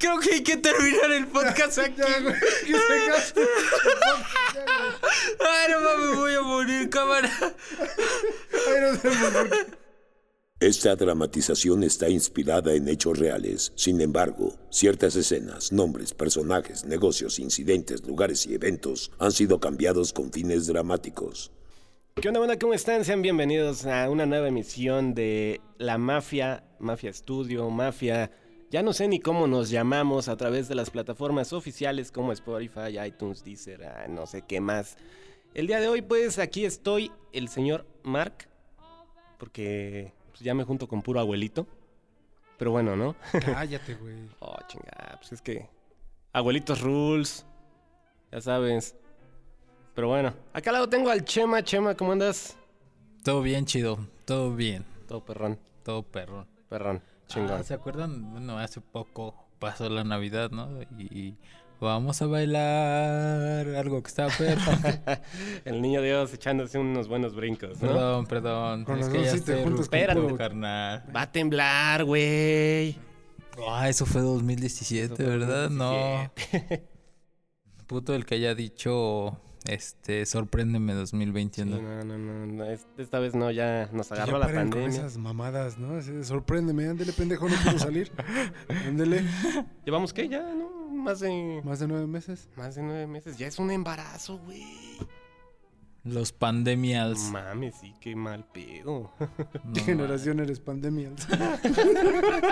Creo que hay que terminar el podcast aquí. Ya, güey, que se gaste. Ay, no mames, voy a morir, cámara. Ay, no sé por qué. Esta dramatización está inspirada en hechos reales. Sin embargo, ciertas escenas, nombres, personajes, negocios, incidentes, lugares y eventos han sido cambiados con fines dramáticos. ¿Qué onda, banda? ¿Cómo están? Sean bienvenidos a una nueva emisión de La Mafia, Mafia Studio, Mafia. Ya no sé ni cómo nos llamamos a través de las plataformas oficiales como Spotify, iTunes, Deezer, ah, no sé qué más. El día de hoy, pues aquí estoy, el señor Mark, porque pues, ya me junto con puro abuelito. Pero bueno, ¿no? Cállate, güey. Oh, chingada, pues es que. Abuelitos rules. Ya sabes. Pero bueno, acá al lado tengo al Chema. Chema, ¿cómo andas? Todo bien, chido. Todo bien. Todo perrón, Todo perro. perrón, chingón. Ah, ¿Se acuerdan? Bueno, hace poco pasó la Navidad, ¿no? Y vamos a bailar algo que está perro. el niño Dios echándose unos buenos brincos, ¿no? perdón, perdón. Con es razón que ya sí te estoy juntas con ruco, puro- carnal. Va a temblar, güey. Ah, eso fue 2017, ¿verdad? No. Puto el que haya dicho, este, sorpréndeme 2021. Sí, no, no, no, no, es- Esta vez no, ya nos Ya agarró la paren con pandemia. esas mamadas, ¿no? Así de, Sorpréndeme, ándele, pendejo, no quiero salir. Ándele. Llevamos, ¿qué? Ya, ¿no? Más de... Más de nueve meses. Más de nueve meses. Ya es un embarazo, güey. Los pandemials. Mames, sí, qué mal pedo. ¿Qué generación eres pandemia?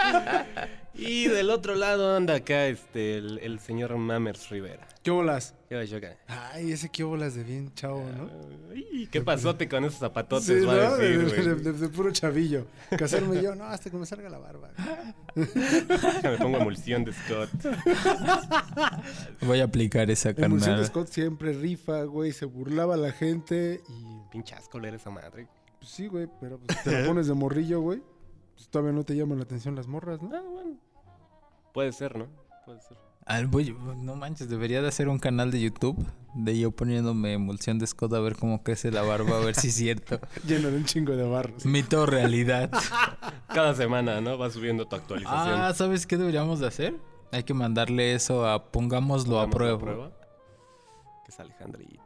y del otro lado anda acá este, el, el señor Mamers Rivera. ¿Qué bolas? ¿Qué va, Shoka? Ay, ese qué bolas de bien, chavo, Oh, ¿no? Ay, ¿Qué pasote con esos zapatotes? Sí, va a ¿no? De, decir, de- güey? de- de puro chavillo. Casarme yo, no, hasta que me salga la barba. Me pongo emulsión de Scott. Voy a aplicar esa Emulsión de carnal. Scott siempre rifa, güey, se burlaba a la gente y Pinche asco leer esa madre. pues sí, güey, pero pues, te lo pones de morrillo, güey. Pues todavía no te llaman la atención las morras, ¿no? Ah, bueno. Puede ser, ¿no? Puede ser. Al- voy- no manches, debería de hacer un canal de YouTube de yo poniéndome emulsión de Scott a ver cómo crece la barba, a ver si es cierto. Lleno de un chingo de barros. Mito o realidad. Cada semana, ¿no? Va subiendo tu actualización. ah, ¿sabes qué deberíamos de hacer? Hay que mandarle eso a pongámoslo a Hagamos la prueba. Que es Alejandrita.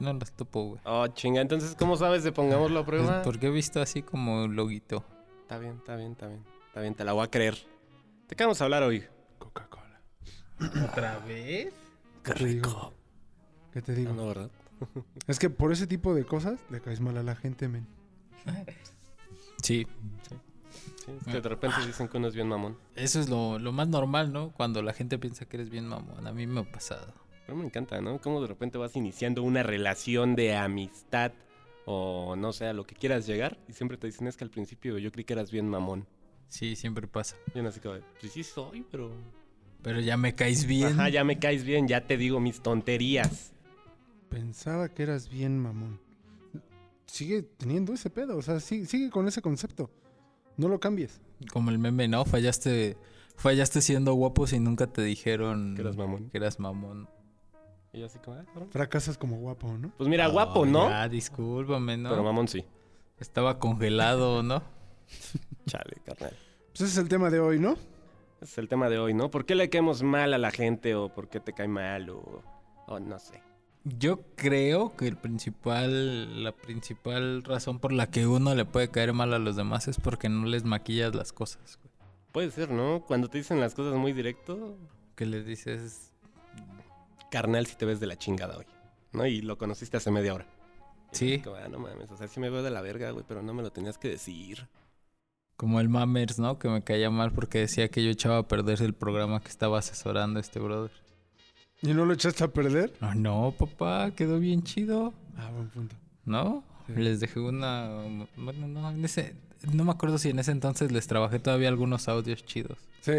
No las topo, güey. Oh, chinga. Entonces, ¿cómo sabes de pongámoslo a prueba? Porque he visto así como un loguito. Está bien, está bien, está bien. Está bien, te la voy a creer. ¿De qué vamos a hablar hoy? Coca-Cola. ¿Otra vez? Qué rico. ¿Qué te digo? Ah, No, ¿verdad? Es que por ese tipo de cosas le caes mal a la gente, men. Sí. Sí, es que de repente dicen que uno es bien mamón. Eso es lo, lo más normal, ¿no? Cuando la gente piensa que eres bien mamón. A mí me ha pasado. Pero me encanta, ¿no? Cómo de repente vas iniciando una relación de amistad o no sé, a lo que quieras llegar. Y siempre te dicen es que al principio yo creí que eras bien mamón. Sí, siempre pasa. Bien así como, de, pues sí soy, pero... Pero ya me caes bien. Ajá, ya me caes bien, ya te digo mis tonterías. Pensaba que eras bien mamón. Sigue teniendo ese pedo, o sea, sí- sigue con ese concepto. No lo cambies. Como el meme, ¿no? Fallaste, fallaste siendo guapo si nunca te dijeron Que eras mamón. que eras mamón. Y yo así como, ah, cabrón. Fracasas como guapo, ¿no? Pues mira, guapo, Ay, ¿no? ya, discúlpame, ¿no? Pero mamón sí. Estaba congelado, ¿no? Chale, carnal. Pues ese es el tema de hoy, ¿no? Ese es el tema de hoy, ¿no? ¿Por qué le caemos mal a la gente o por qué te cae mal o, o no sé? Yo creo que el principal, la principal razón por la que uno le puede caer mal a los demás es porque no les maquillas las cosas. güey. Puede ser, ¿no? Cuando te dicen las cosas muy directo, Que les dices, carnal, si te ves de la chingada hoy, ¿no? Y lo conociste hace media hora. Y Sí. es como, ah, no mames, o sea, sí me veo de la verga, güey, pero no me lo tenías que decir. como el Mammers, ¿no? Que me caía mal porque decía que yo echaba a perder el programa que estaba asesorando este brother. Y no lo echaste a perder. No, no, papá, quedó bien chido. Ah, buen punto. ¿No? Sí. Les dejé una. Bueno, no, en ese. No me acuerdo si en ese entonces les trabajé todavía algunos audios chidos. Sí.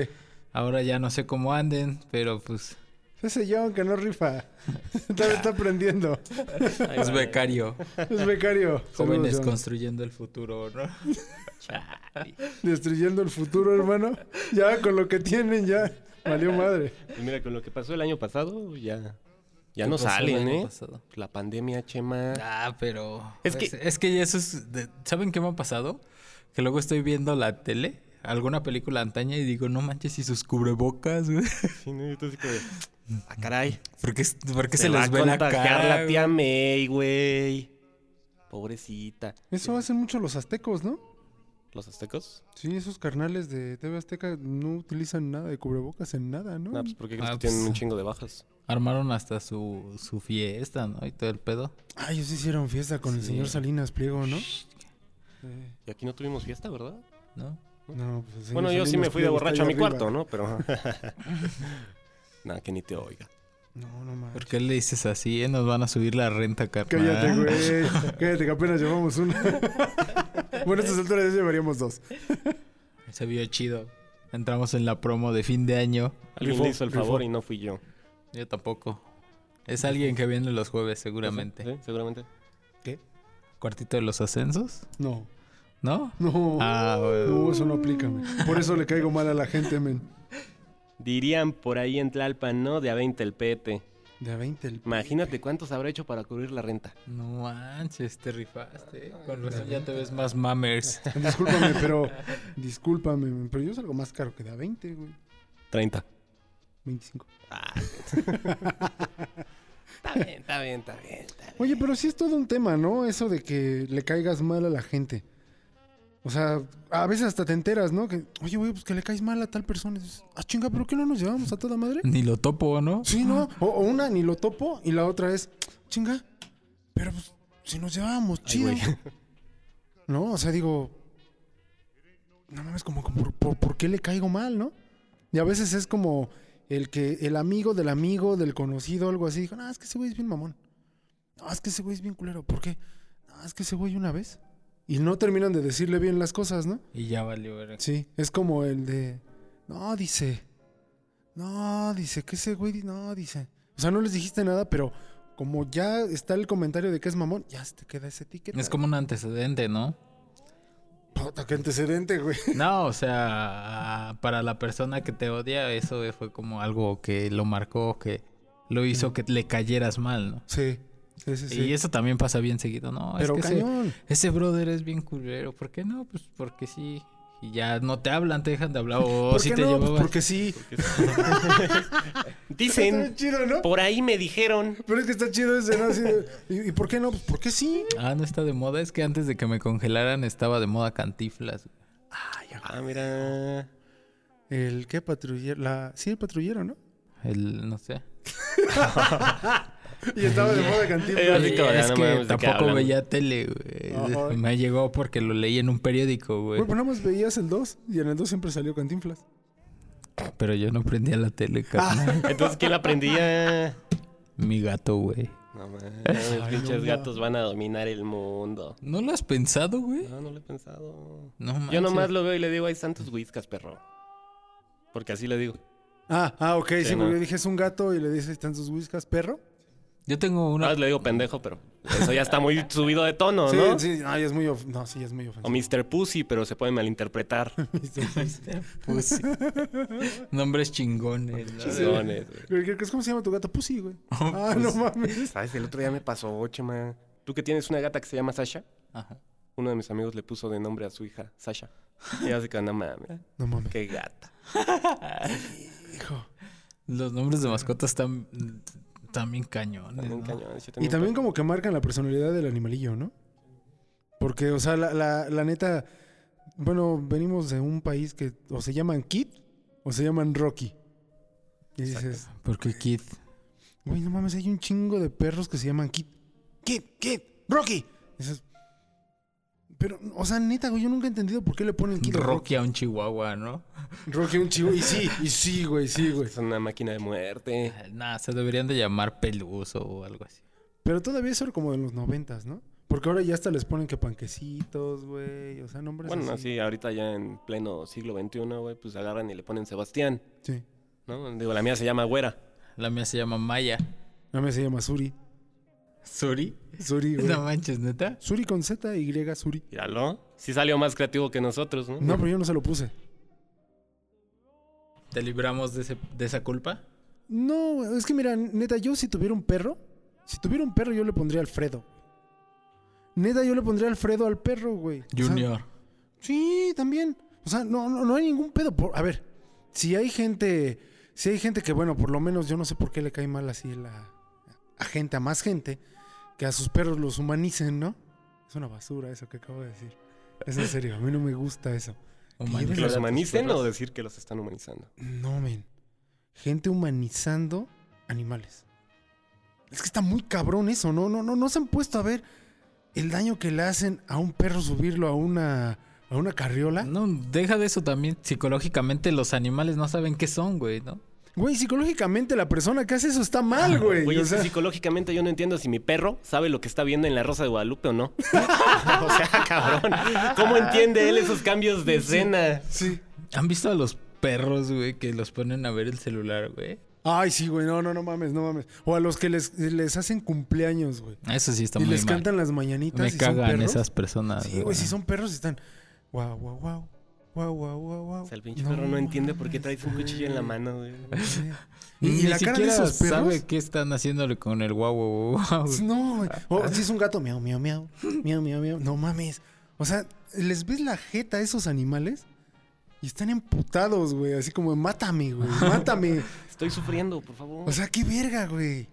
Ahora ya no sé cómo anden, pero pues. Ese John que no rifa. Todavía está aprendiendo. Es becario. Es becario. Jóvenes Saludos, construyendo el futuro, ¿no? John. Destruyendo el futuro, hermano. Ya con lo que tienen, ya. Valió madre. Y mira, con lo que pasó el año pasado, ya, ya ¿Qué no pasó el salen, año ¿eh? pasado? La pandemia, Chema. Ah, pero. pues, Es Es que- que. Es que ya eso es. de- ¿Saben qué me ha pasado? Que luego estoy viendo la tele. alguna película antaña y digo, no manches, y sus cubrebocas, güey. Sí, no, yo así como de, Ah, caray. ¿Por qué, por qué se, se va les a ve la contagiar cara? la güey? tía May, güey. Pobrecita. Eso hacen mucho los aztecos, ¿no? ¿Los aztecos? Sí, esos carnales de TV Azteca no utilizan nada de cubrebocas en nada, ¿no? No, pues porque crees Ah, que tienen pues. un chingo de bajas. Armaron hasta su, su fiesta, ¿no? Y todo el pedo. Ah, ellos hicieron fiesta con el Sí. señor Salinas Pliego, ¿no? Y aquí no tuvimos fiesta, ¿verdad? ¿No? No, pues el señor Bueno, yo sí Salinas me fui de Pliego está borracho a allá mi arriba. cuarto, ¿no? Pero. Nada, que ni te oiga. No, no mames. ¿Por qué le dices así? eh? Nos van a subir la renta, carnal. Cállate, güey. Cállate, que apenas llevamos una. bueno, a estas alturas ya llevaríamos dos. Se vio chido. Entramos en la promo de fin de año. Alguien Rifó, le hizo el rifó. favor y no fui yo. Yo tampoco. Es alguien que viene los jueves, seguramente. Sí, seguramente. ¿Cuartito de los ascensos? No, ¿No? no. Ah, güey. Uh, No, eso no aplica, men. Por eso le caigo mal a la gente, men. Dirían por ahí en Tlalpan, ¿no? De a 20 el pete. De a 20 el... Imagínate cuántos habrá hecho para cubrir la renta. No manches, te rifaste. eh. Con razón ya te ves más mamers. Discúlpame, pero... Discúlpame, men, pero yo salgo más caro que de a 20, güey. 30. 25. Está bien, está bien, está bien. Está bien. Oye, pero sí es todo un tema, ¿no? Eso de que le caigas mal a la gente. O sea, a veces hasta te enteras, ¿no? Que, oye, güey, pues que le caes mal a tal persona. Y dices, ah, chinga, ¿pero qué no nos llevamos a toda madre? Ni lo topo, ¿no? Sí, ¿no? O, o una ni lo topo y la otra es, chinga, pero pues si nos llevábamos chido. güey. no, o sea, digo, no mames, como, como por, por- ¿por qué le caigo mal, no? Y a veces es como el que el amigo del amigo, del conocido, algo así, dijo, no, es que ese güey es bien mamón. No, es que ese güey es bien culero. ¿Por qué? No, es que ese güey una vez. Y no terminan de decirle bien las cosas, ¿no? Y ya valió, verga. Sí, es como el de. No, dice. No, dice, que ese güey. di- No, dice. O sea, no les dijiste nada, pero como ya está el comentario de que es mamón, ya se te queda ese ticket. Es como un antecedente, ¿no? Puta, qué antecedente, güey. No, o sea, para la persona que te odia, eso e, fue como algo que lo marcó, que lo hizo que le cayeras mal, ¿no? Sí, sí, sí. sí. Y eso también pasa bien seguido, ¿no? es pero que ese- cañón. Ese brother es bien culero. ¿Por qué no? Pues porque sí. Y ya no te hablan, te dejan de hablar. O ¿Por si qué Oh, te no? Pues llevabas- porque sí. Está Dicen, chido, ¿no? por ahí me dijeron. Pero es que está chido ese, ¿no? Así de, ¿y, y por qué no? Pues porque sí. Ah, no está de moda. Es que antes de que me congelaran estaba de moda cantiflas. Ah, mira. El que patrullero. La... Sí, el patrullero, ¿no? El, no sé. Y estaba de moda cantina. Eh, así Eh, como de, es "No mames, que ¿de qué tampoco hablan?". veía tele, güey. Ajá. Me llegó porque lo leí en un periódico, güey. Güey, pues nada más veías el 2 y en el 2 siempre salió Cantinflas. Pero yo no prendía la tele, carnal. Entonces, ¿quién la aprendía? Mi gato, güey. No mames, pinches no. gatos van a dominar el mundo. ¿No lo has pensado, güey? No, no lo he pensado. No manches. Yo nomás lo veo y le digo, hay santos whiskas, perro. Porque así le digo. Ah, ah, ok, sí, Sí, porque ¿no? yo dije es un gato y le dice, ¿están sus whiskas, perro? Yo tengo Una una. vez le digo pendejo, pero eso ya está muy subido de tono, ¿no? Sí, sí, no, ya es muy, of- no, sí, ya es muy O ofensivo. Mr. Pussy, pero se puede malinterpretar. Pues, Nombres chingones. ¿no? Chingones, güey. Güey, ¿qué- qué- ¿Cómo se llama tu gato? Pussy, güey. Oh, Ah, no pues, mames. ¿Sabes? El otro día me pasó, chema. Tú que tienes una gata que se llama Sasha, Ajá. uno de mis amigos le puso de nombre a su hija, Sasha. Y así que, no mames, No mames. qué gata. Hijo. Los nombres de mascotas están también cañones. También ¿no? cañón. sí, Y también como que marcan la personalidad del animalillo, ¿no? Porque, o sea, la, la, la neta, bueno, venimos de un país que o se llaman Kid o se llaman Rocky. Y dices, Porque Kid. güey, no mames, hay un chingo de perros que se llaman Kid. Kid, Kid, Rocky. Y dices, pero, o sea, neta, güey, yo nunca he entendido por qué le ponen Kid a Rocky. Rocky a un chihuahua, ¿no? Rocky un chivo. Y sí, y sí, güey, sí, güey. Es una máquina de muerte. Nah, se deberían de llamar peluso o algo así. Pero todavía eso era como de los noventas, ¿no? Porque ahora ya hasta les ponen que panquecitos, güey. O sea, nombres Bueno, así. así ahorita ya en pleno siglo XXI, güey, pues agarran y le ponen Sebastián, Sí. ¿no? Digo, la mía se llama Güera. La mía se llama Maya. No me se llama Suri. ¿Suri? Suri, güey. No manches, neta. Suri con Z, Y, Suri. Míralo. Sí salió más creativo que nosotros, ¿no? No, pero yo no se lo puse. ¿Te libramos de, ese- de esa culpa? No, es que mira, neta, yo si tuviera un perro, si tuviera un perro yo le pondría Alfredo. Neta, yo le pondría Alfredo al perro, güey. O sea, Junior. sí, también. O sea, no, no, no hay ningún pedo. Por, a ver, si hay gente, si hay gente que, bueno, por lo menos yo no sé por qué le cae mal así la, a gente, a más gente, que a sus perros los humanicen, ¿no? Es una basura eso que acabo de decir. Es en serio, a mí no me gusta eso. Humaniza. ¿Que Lleven los a- humanicen o decir que los están humanizando? No, men. Gente humanizando animales. Es que está muy cabrón eso, ¿no? No, no, no se han puesto a ver el daño que le hacen a un perro subirlo a una, a una carriola. No, deja de eso también. Psicológicamente los animales no saben qué son, güey, ¿no? Güey, psicológicamente la persona que hace eso está Ah, mal, güey. Oye, o es que sea, psicológicamente yo no entiendo si mi perro sabe lo que está viendo en La Rosa de Guadalupe o no. o sea, cabrón. ¿Cómo entiende él esos cambios de escena? sí. ¿Han visto a los perros, güey, que los ponen a ver el celular, güey? Ay, sí, güey, no, no, no mames, no mames. O a los que les, les hacen cumpleaños, güey. Eso sí está Y muy les mal. cantan las mañanitas Me y son cagan perros. esas personas. Sí, güey, si son perros están guau, guau, guau. Guau, guau, guau, O guau. sea, el pinche perro no entiende por qué traes un cuchillo en la mano, güey. Sí. Y, Ni y la cara de siquiera esos perros. sabe qué están haciéndole con el guau, guau, guau, guau. No, güey. Ah, O si es un gato, miau, miau, miau. Miau, miau, miau. No mames. O sea, les ves la jeta a esos animales y están emputados, güey. Así como, mátame, güey. Mátame. Estoy sufriendo, por favor. O sea, qué verga, güey.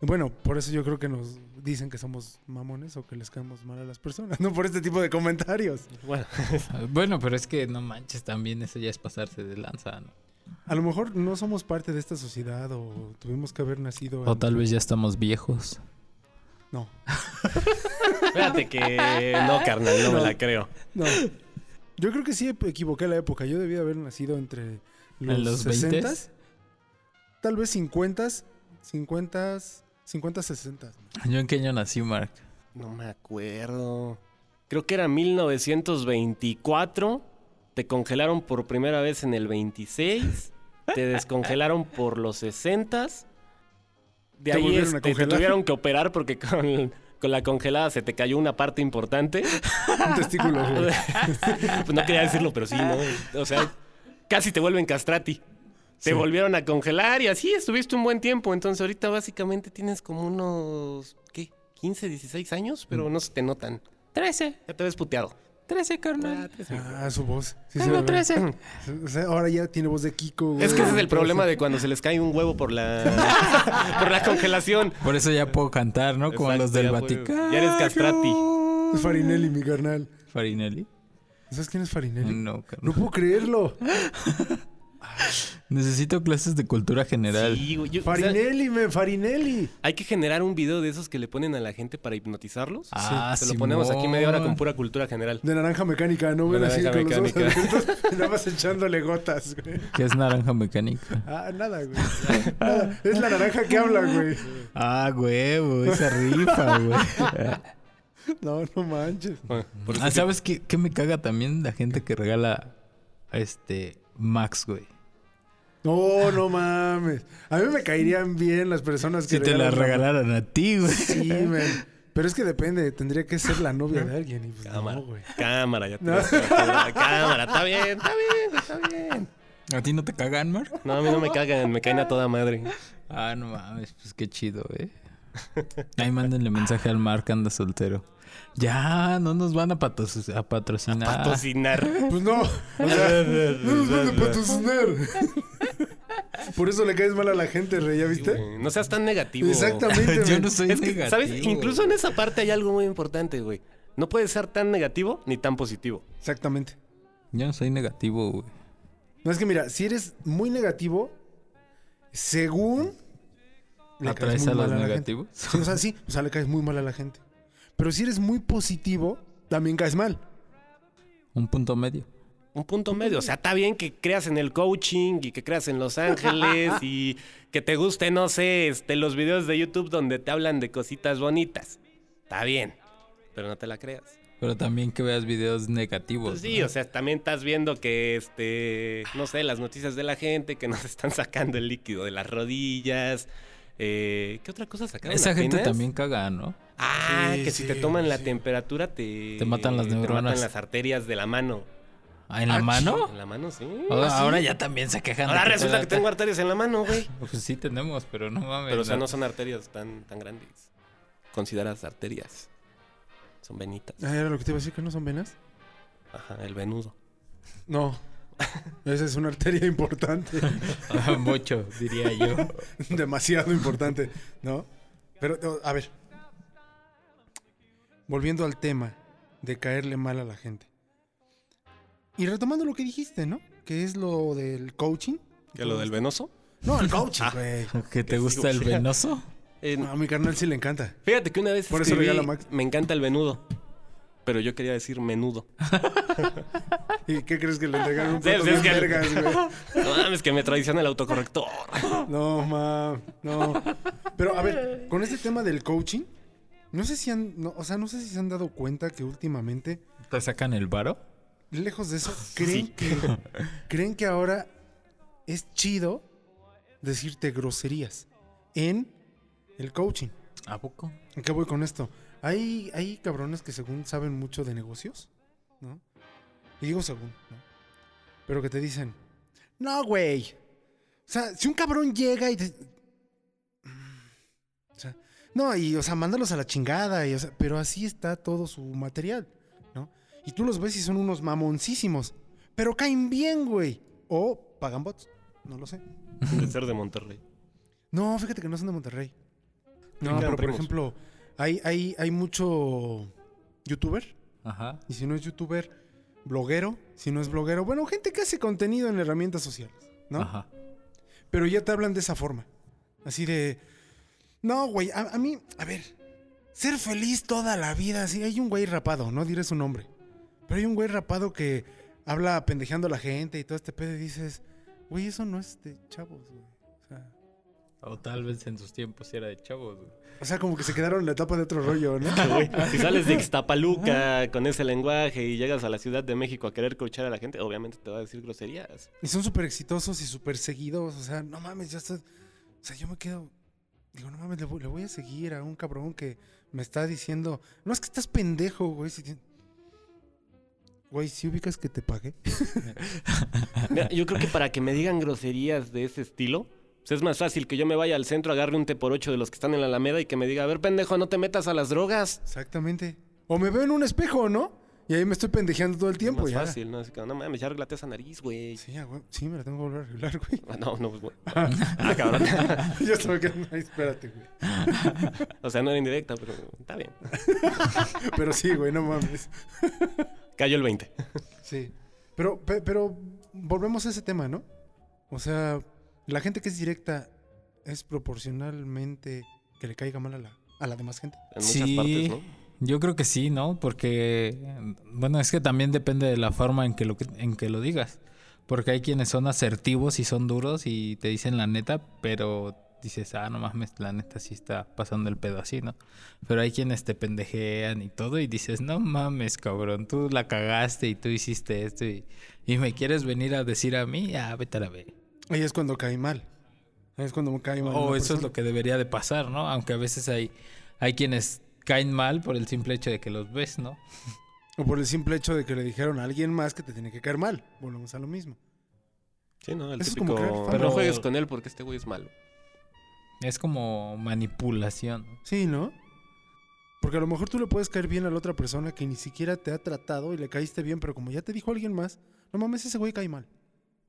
Bueno, por eso yo creo que nos dicen que somos mamones o que les caemos mal a las personas. No por este tipo de comentarios. Bueno, Bueno, pero es que no manches, también eso ya es pasarse de lanza, ¿no? A lo mejor no somos parte de esta sociedad o tuvimos que haber nacido. O en- tal vez ya estamos viejos. No, espérate que no, carnal, no me la creo. no. Yo creo que sí equivoqué la época. Yo debía haber nacido entre los, ¿En los 60s. 20? tal vez 50, 50, 50, 60. ¿Yo en qué año nací, Mark? No me acuerdo. Creo que era 1924. Te congelaron por primera vez en el 26. Te descongelaron por los 60. De Te ahí volvieron a este, te congelar. tuvieron que operar porque con, con la congelada se te cayó una parte importante. Un testículo, güey. Ah, Pues no quería decirlo, pero sí, ¿no? O sea, casi te vuelven castrati. Te Sí. volvieron a congelar y así estuviste un buen tiempo. Entonces ahorita básicamente tienes como unos, ¿qué? 15, 16 años, pero no se te notan. 13, Ya te ves puteado. 13, carnal. Ah, su voz. Sí, se Tengo ve. 13. O sea, ahora ya tiene voz de Kiko, güey. Es que ese es el problema de cuando se les cae un huevo por la, por la congelación. Por eso ya puedo cantar, ¿no? Como Exacto, los del ya puedo. Vaticano. Ya eres castrati. Es Farinelli, mi carnal. ¿Farinelli? ¿Sabes quién es Farinelli? Mm. No, No, carnal. puedo creerlo. Necesito clases de cultura general. Sí, güey, yo- o sea, Farinelli, me, Farinelli. hay que generar un video de esos que le ponen a la gente para hipnotizarlos. Ah, Se lo ponemos aquí media hora con Simón. pura cultura general. De naranja mecánica, ¿no? Güey, De así Naranja con los ojos Mecánica. abiertos y nada más echándole gotas, güey. Que es naranja mecánica. Ah, nada, güey. Nada. Es la naranja que habla, güey. Ah, huevo, esa rifa, güey. No, no manches. Bueno, por eso Ah, que- ¿sabes qué, qué me caga también? La gente que regala este Max, güey. No, no mames. A mí me caerían bien las personas que Si te la regalan regalaran a ti, güey. Sí, men. Pero es que depende, tendría que ser la novia de alguien. Y pues Cámara. no, güey. Cámara, ya te No. vas a la Cámara, está bien, está bien, está bien. ¿A ti no te cagan, Mar? No, a mí no me cagan, me caen a toda madre. Ah, no mames, pues qué chido, eh. Ahí mándenle mensaje al Mark, anda soltero. Ya, no nos van a, patos- a patrocinar. Patocinar. Pues no. O sea, no nos van a patrocinar. Por eso le caes mal a la gente, rey, ¿ya viste? No seas tan negativo. Exactamente. Yo men. no soy Es que, negativo. ¿sabes? Incluso en esa parte hay algo muy importante, güey. No puedes ser tan negativo ni tan positivo. Exactamente. Yo no soy negativo, güey. No es que mira, si eres muy negativo, según. le ¿Atraes caes muy a los mal la gente. negativos? Sí, o sea, sí, o sea, le caes muy mal a la gente. Pero si eres muy positivo, también caes mal. Un punto medio. Un punto medio. O sea, está bien que creas en el coaching y que creas en Los Ángeles y que te guste, no sé, este, los videos de YouTube donde te hablan de cositas bonitas. Está bien, pero no te la creas. Pero también que veas videos negativos. Pues sí, ¿no? o sea, también estás viendo que, este, no sé, las noticias de la gente que nos están sacando el líquido de las rodillas. eh, ¿Qué otra cosa sacaron? Esa gente apenas? también caga, ¿no? Ah, Sí, que si sí, te toman güey, la sí. temperatura te... Te matan las Te matan neuronas. las arterias de la mano. Ah, ¿En la mano? En la mano, sí. Ahora, ahora ya también se quejan. de Ahora te resulta da- que tengo arterias en la mano, güey. Pues sí tenemos, pero no mames. Pero, o sea, la- no son arterias tan, tan grandes. Consideradas arterias. Son venitas. Ah, Era lo que te iba a decir, que no son venas. Ajá, el venudo. No. Esa es una arteria importante. Mucho, diría yo. demasiado importante, ¿no? Pero, o- a ver. Volviendo al tema de caerle mal a la gente. Y retomando lo que dijiste, ¿no? Que es lo del coaching. ¿Que lo del venoso? No, el coaching, Ah. güey. ¿Que te gusta el venoso? En- No, a mi carnal sí le encanta. Fíjate que una vez Por eso escribí, regala Max. me encanta el venudo. Pero yo quería decir menudo. ¿Y qué crees que le entregaron un Sí, plato sí, es bien que- vergas, güey? No mames, que me traiciona el autocorrector. No, ma, no. Pero a ver, con este tema del coaching, no sé si han, no, o sea, no sé si se han dado cuenta que últimamente ¿Te sacan el varo? Lejos de eso, ¿creen, que, ¿creen que ahora es chido decirte groserías en el coaching? ¿A poco? ¿A qué voy con esto? Hay, hay cabrones que según saben mucho de negocios, ¿no? Y digo según, ¿no? Pero que te dicen, no, güey. O sea, si un cabrón llega y te... Mm, O sea, no, y, o sea, mándalos a la chingada, y, o sea, pero así está todo su material, ¿no? Y tú los ves y son unos mamoncísimos, pero caen bien, güey. O pagan bots, no lo sé. De ser de Monterrey. No, fíjate que no son de Monterrey. No, Eran pero por primos. ejemplo, hay, hay, hay mucho youtuber. Ajá. Y si no es youtuber, bloguero. Si no es bloguero, bueno, gente que hace contenido en herramientas sociales, ¿no? Ajá. Pero ya te hablan de esa forma. Así de. No, güey, a, a mí, a ver. Ser feliz toda la vida. Sí, hay un güey rapado, no diré su nombre. Pero hay un güey rapado que habla pendejeando a la gente y todo este pedo y dices, güey, eso no es de chavos, güey. O sea. O tal vez en sus tiempos era de chavos, güey. O sea, como que se quedaron en la etapa de otro rollo, ¿no? Güey, si sales de Ixtapaluca con ese lenguaje y llegas a la Ciudad de México a querer coachar a la gente, obviamente te va a decir groserías. Y son súper exitosos y súper seguidos. O sea, no mames, ya está. O sea, yo me quedo. Digo, no mames, le voy, le voy a seguir a un cabrón que me está diciendo. No es que estás pendejo, güey. Si tien- Güey, si ubicas que te pague. Mira, yo creo que para que me digan groserías de ese estilo, pues es más fácil que yo me vaya al centro, agarre un té por ocho de los que están en la Alameda y que me diga, a ver, pendejo, no te metas a las drogas. Exactamente. O me veo en un espejo, ¿no? Y ahí me estoy pendejeando todo el tiempo. más ya. fácil, ¿no? Así que, no mames, ya arreglate esa nariz, güey. Sí, ya, güey. Sí, me la tengo que volver a arreglar, güey. Ah, No, no, pues, bueno. Ah, cabrón. yo estaba quedando. Ay, espérate, güey. O sea, no era indirecta, pero está bien. Pero sí, güey, no mames. Cayó el 20. Sí. Pero, pe- pero volvemos a ese tema, ¿no? O sea, la gente que es directa es proporcionalmente que le caiga mal a la, a la demás gente. En muchas partes, ¿no? Yo creo que sí, ¿no? Porque, bueno, es que también depende de la forma en que lo, en que lo digas. Porque hay quienes son asertivos y son duros y te dicen la neta, pero dices, ah, no mames, la neta sí está pasando el pedo así, ¿no? Pero hay quienes te pendejean y todo y dices, no mames, cabrón, tú la cagaste y tú hiciste esto y, y me quieres venir a decir a mí, ah, vete a la verga". Ahí es cuando cae mal. Ahí es cuando me cae mal. O Oh, eso es lo que debería de pasar, ¿no? Aunque a veces hay, hay quienes caen mal por el simple hecho de que los ves, ¿no? O por el simple hecho de que le dijeron a alguien más que te tiene que caer mal. Volvemos a lo mismo. Sí, ¿no? El Eso es típico, como crear fama. no juegues con él porque este güey es malo. Es como manipulación. Sí, ¿no? Porque a lo mejor tú le puedes caer bien a la otra persona que ni siquiera te ha tratado y le caíste bien, pero como ya te dijo alguien más, no mames, ese güey cae mal.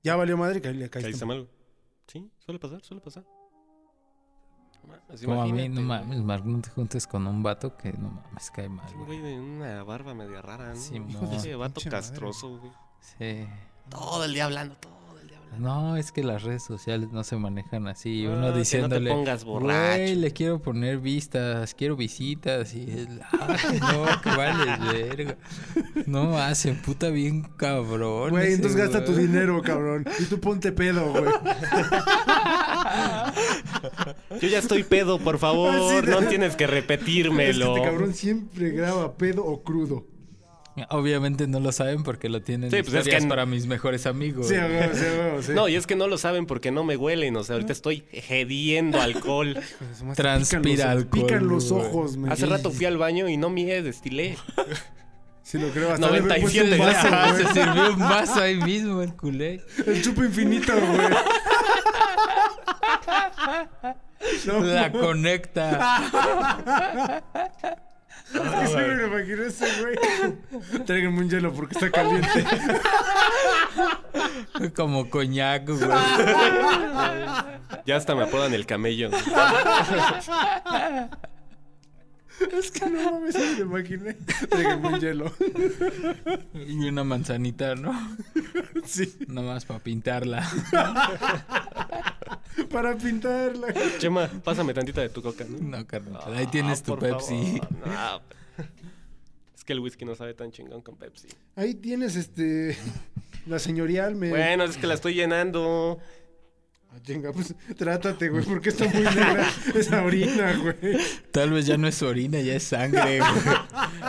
Ya valió madre que le caíste Caíste mal. mal. Sí, suele pasar, suele pasar. No mames, Como a mí, imagínate, no mames, Mark, no te juntes con un vato que no mames, cae mal, Es un güey. güey de una barba media rara, ¿no? Simón. Hijo de ese vato Pinche madre. castroso, güey. Sí. Todo el día hablando, todo el día hablando. No, es que las redes sociales no se manejan así. Ah, Uno que diciéndole, No te pongas borracho. güey, le quiero poner vistas, quiero visitas. Y él, "Ay, no, que vale, verga. No hace puta bien cabrón. Güey, ese entonces gasta tu güey. dinero, cabrón. Y tú ponte pedo, güey. Yo ya estoy pedo, por favor. Sí, no de- tienes que repetírmelo. Es que este cabrón siempre graba pedo o crudo. Obviamente no lo saben porque lo tienen Sí, pues es historias que- para mis mejores amigos. Sí, a huevo, sí, a huevo, sí. No, y es que no lo saben porque no me huelen. O sea, ahorita estoy jediendo alcohol. Pues, más transpira pican los- alcohol, Pican los güey. ojos, me Hace rato fui al baño y no mié, destilé. Si lo creo, hasta le 97 puse un vaso, grados. Ah, güey. se sirvió un vaso ahí mismo el culé. El chupo infinito, güey. No, La conecta. que sí me lo imaginé ese güey. Tráiganme un hielo porque está caliente. Como coñac, güey. Ya hasta me apodan el camello. es que no mames, sí me lo imaginé. Tráiganme un hielo. Y una manzanita, ¿no? Sí, Nomás para pintarla. para pintarla. Chema, pásame tantita de tu coca, ¿no? No, carnal. Ahí tienes Ah, tu por Pepsi. favor, no. Es que el whisky no sabe tan chingón con Pepsi. Ahí tienes este. La señorial me. Bueno, es que la estoy llenando. Ah, chinga, pues trátate, güey, porque está muy negra esa orina, güey. Tal vez ya no es orina, ya es sangre, güey.